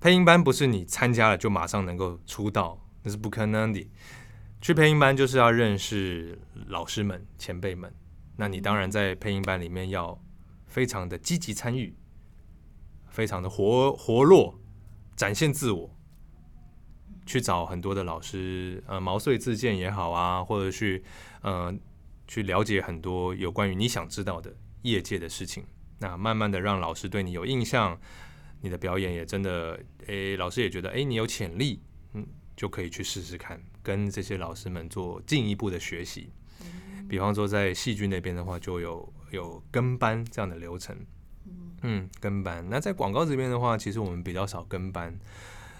Speaker 2: 配音班不是你参加了就马上能够出道，那是不可能的。去配音班就是要认识老师们、前辈们。那你当然在配音班里面要非常的积极参与，非常的活活络，展现自我，去找很多的老师，呃，毛遂自荐也好啊，或者去呃去了解很多有关于你想知道的业界的事情。那慢慢的让老师对你有印象，你的表演也真的，诶，老师也觉得，诶，你有潜力，嗯，就可以去试试看，跟这些老师们做进一步的学习。
Speaker 1: 嗯
Speaker 2: 比方说在戏剧那边的话，就有有跟班这样的流程。嗯，跟班。那在广告这边的话，其实我们比较少跟班，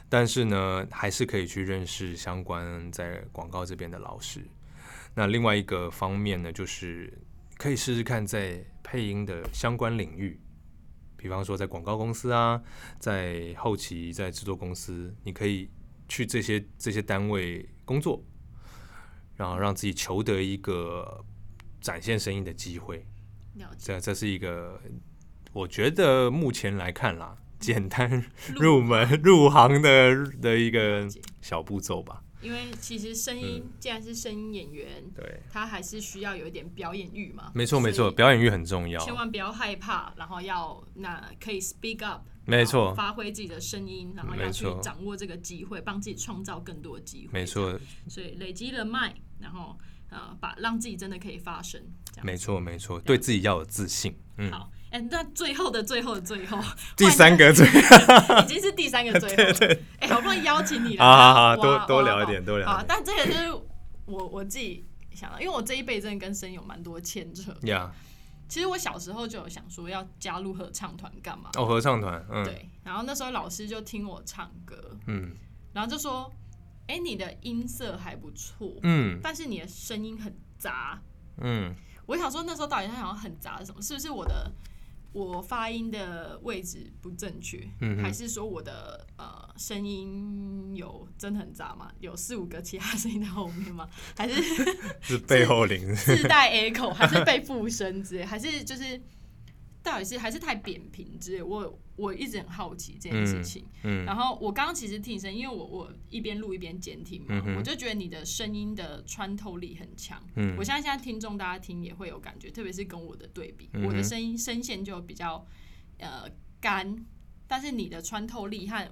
Speaker 2: 但是呢，还是可以去认识相关在广告这边的老师。那另外一个方面呢，就是可以试试看在配音的相关领域，比方说在广告公司啊，在后期在制作公司，你可以去这些这些单位工作，然后让自己求得一个展现声音的机会。
Speaker 1: 了解，
Speaker 2: 这这是一个，我觉得目前来看啦，简单
Speaker 1: 嗯入
Speaker 2: 入门入行的的一个
Speaker 1: 了解
Speaker 2: 小步骤吧。
Speaker 1: 因为其实声音、既然是声音演员，
Speaker 2: 对，
Speaker 1: 他还是需要有一点表演欲嘛。
Speaker 2: 没错没
Speaker 1: 所
Speaker 2: 错，
Speaker 1: 以
Speaker 2: 表演欲很重要。
Speaker 1: 千万不要害怕，然后要那可以 speak up，
Speaker 2: 没错
Speaker 1: 然后发挥自己的声音，然后要
Speaker 2: 没
Speaker 1: 去
Speaker 2: 错
Speaker 1: 掌握这个机会，帮自己创造更多的机会。
Speaker 2: 没错
Speaker 1: 所以累积人脉，然后呃，把让自己真的可以发声，这样
Speaker 2: 没错没错，对自己要有自信。嗯，
Speaker 1: 好。哎、那最后的最后的最后，
Speaker 2: 第三个最
Speaker 1: 已经是第三个最后了，哎、好不容易邀请你了，
Speaker 2: 好好好
Speaker 1: 哇
Speaker 2: 多
Speaker 1: 哇
Speaker 2: 多聊
Speaker 1: 哇
Speaker 2: 一点多聊
Speaker 1: 好
Speaker 2: 一点
Speaker 1: 但这个就是我我自己想到，因为我这一辈真的跟声音有蛮多牵扯。
Speaker 2: 呀，
Speaker 1: 其实我小时候就有想说要加入合唱团干嘛，
Speaker 2: 哦，合唱团，嗯
Speaker 1: 对，然后那时候老师就听我唱歌，
Speaker 2: 嗯
Speaker 1: 然后就说：“哎、你的音色还不错，
Speaker 2: 嗯
Speaker 1: 但是你的声音很杂。
Speaker 2: 嗯”
Speaker 1: 我想说那时候到底他想要很杂是什么？是不是我的我发音的位置不正确，
Speaker 2: 嗯哼
Speaker 1: 还是说我的呃声音有真的很杂吗？有四五个其他声音在后面吗？还是
Speaker 2: 是背后灵。
Speaker 1: 自带 echo，还是被附身之类，还是就是到底是还是太扁平之类？我我一直很好奇这件事情。
Speaker 2: 嗯
Speaker 1: 然后我刚刚其实听你声音，因为我我一边录一边监听嘛，
Speaker 2: 嗯哼
Speaker 1: 我就觉得你的声音的穿透力很强。
Speaker 2: 嗯
Speaker 1: 我相信现在听众大家听也会有感觉，特别是跟我的对比，
Speaker 2: 嗯哼
Speaker 1: 我的声音声线就比较呃干，但是你的穿透力和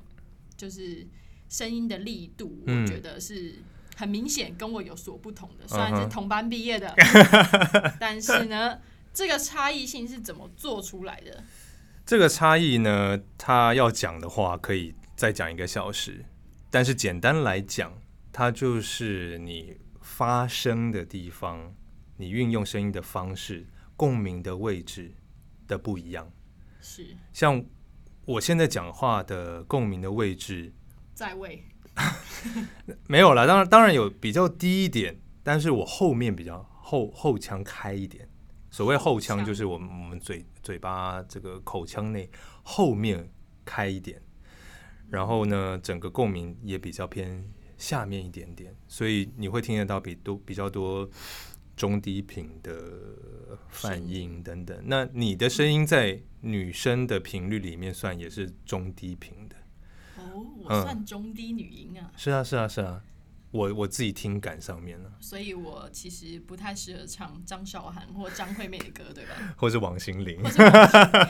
Speaker 1: 就是声音的力度，
Speaker 2: 嗯
Speaker 1: 我觉得是。很明显跟我有所不同的，
Speaker 2: 哼
Speaker 1: 虽然是同班毕 业的但是呢，这个差异性是怎么做出来的？
Speaker 2: 这个差异呢，它要讲的话可以再讲一个小时，但是简单来讲，它就是你发声的地方，你运用声音的方式、共鸣的位置的不一样。
Speaker 1: 是
Speaker 2: 像我现在讲话的共鸣的位置
Speaker 1: 在位
Speaker 2: 没有啦，当然当然有比较低一点，但是我后面比较后后腔开一点。所谓后
Speaker 1: 后
Speaker 2: 腔，
Speaker 1: 腔
Speaker 2: 就是我们我们嘴嘴巴这个口腔内后呃面开一点，然后呢，整个共鸣也比较偏下面一点点，所以你会听得到比多比较多中低频的泛音等等。那你的声音在女生的频率里面算也是中低频的，
Speaker 1: 哦，我
Speaker 2: 嗯
Speaker 1: 算中低女音啊，
Speaker 2: 是啊，是啊，是啊，我我自己听感上面了、
Speaker 1: 所以我其实不太适合唱张韶涵或张惠妹的歌，对吧？
Speaker 2: 或是王心凌。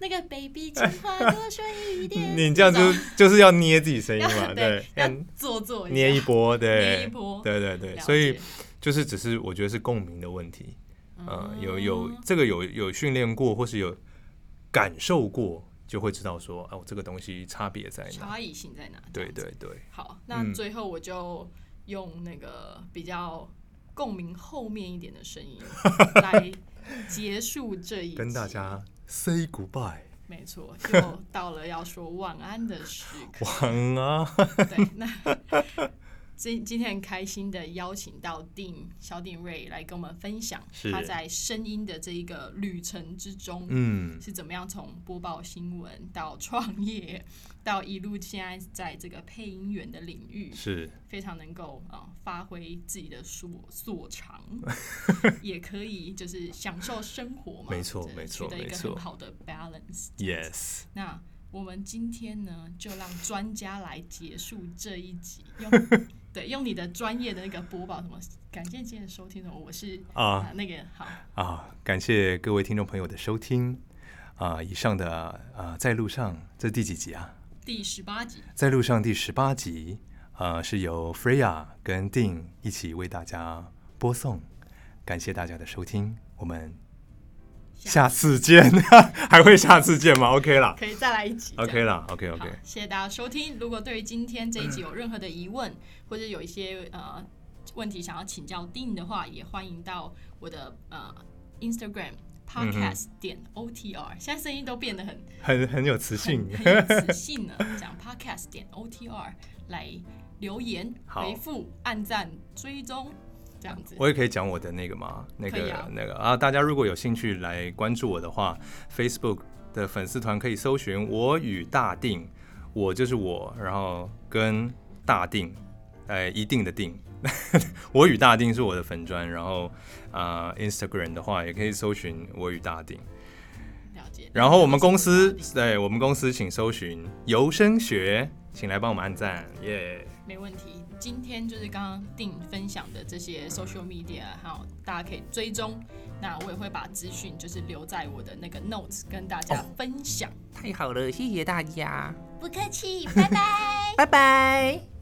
Speaker 1: 那个 baby 情话多说一点，
Speaker 2: 你这样就
Speaker 1: 种
Speaker 2: 就是要捏自己声音
Speaker 1: 要 对
Speaker 2: 嘛，对，
Speaker 1: 要
Speaker 2: 要
Speaker 1: 做作
Speaker 2: 捏一
Speaker 1: 下
Speaker 2: 波，对，
Speaker 1: 捏一波
Speaker 2: 对对对，
Speaker 1: 了
Speaker 2: 所以
Speaker 1: 解
Speaker 2: 就是只是我觉得是共鸣的问题，呃，有有
Speaker 1: 嗯
Speaker 2: 这个有有训练过或是有感受过就会知道说哦，这个东西差别在哪。
Speaker 1: 差异性在哪？
Speaker 2: 对对对，
Speaker 1: 好，
Speaker 2: 嗯
Speaker 1: 那最后我就用那个比较共鸣后面一点的声 音来结束这一集，
Speaker 2: 跟大家 say goodbye，
Speaker 1: 没错，又到了要说晚安的时刻。
Speaker 2: 晚安，
Speaker 1: 对， 那今今天很开心的邀请到丁小鼎瑞来跟我们分享
Speaker 2: 是
Speaker 1: 他在声音的这一个旅程之中，
Speaker 2: 嗯，
Speaker 1: 是怎么样从播报新闻到创业，到一路现在在这个配音员的领域，
Speaker 2: 是
Speaker 1: 非常能够啊、呃发挥自己的所所 长，也可以就是享受生活嘛，
Speaker 2: 没错
Speaker 1: 这
Speaker 2: 没错
Speaker 1: 取得一
Speaker 2: 没
Speaker 1: 个
Speaker 2: 错
Speaker 1: 很好的 balance。
Speaker 2: yes，
Speaker 1: 那我们今天呢，就让专家来结束这一集， 用对用你的专业的那个播报什么，感谢今天的收听什么，我是
Speaker 2: 啊
Speaker 1: 那个好，
Speaker 2: 啊，感谢各位听众朋友的收听啊，以上的啊在路上这第几集啊？
Speaker 1: 第十八集，
Speaker 2: 在路上第十八集，呃，是由 Freya 跟 Dean 一起为大家播送，感谢大家的收听，我们下次见， 还会下次见吗？OK 啦
Speaker 1: 可以再来一集这样
Speaker 2: ，OK 啦，OK
Speaker 1: 好
Speaker 2: OK，，
Speaker 1: 谢谢大家收听。如果对于今天这一集有任何的疑 问，或者有一些呃问题想要请教定的话，也欢迎到我的呃 Instagram
Speaker 2: 嗯
Speaker 1: podcast 点 OTR、现在声音都变得很
Speaker 2: 很很有磁性
Speaker 1: 很，很有磁性了，讲 podcast 点 OTR 来留言、
Speaker 2: 好
Speaker 1: 回复、按赞、追踪这样子。
Speaker 2: 我也可以讲我的那个吗？那
Speaker 1: 可以
Speaker 2: 个、
Speaker 1: 啊
Speaker 2: 那个啊，大家如果有兴趣来关注我的话，Facebook 的粉丝团可以搜寻“我与大定”，我就是我，然后跟大定，呃，一定的定， 我与大定是我的粉砖，然后啊、呃 Instagram 的话也可以搜寻“我与大定”，
Speaker 1: 了解。
Speaker 2: 然后我们公司，对我们公司请搜寻“游声学”，请来帮我们按赞，耶、
Speaker 1: 没问题。今天就是刚刚定分享的这些 social media，还有大家可以追踪。那我也会把资讯就是留在我的那个 notes 跟大家分享。
Speaker 3: 太好了，谢谢大家，
Speaker 4: 不客气，拜拜。
Speaker 3: 拜拜。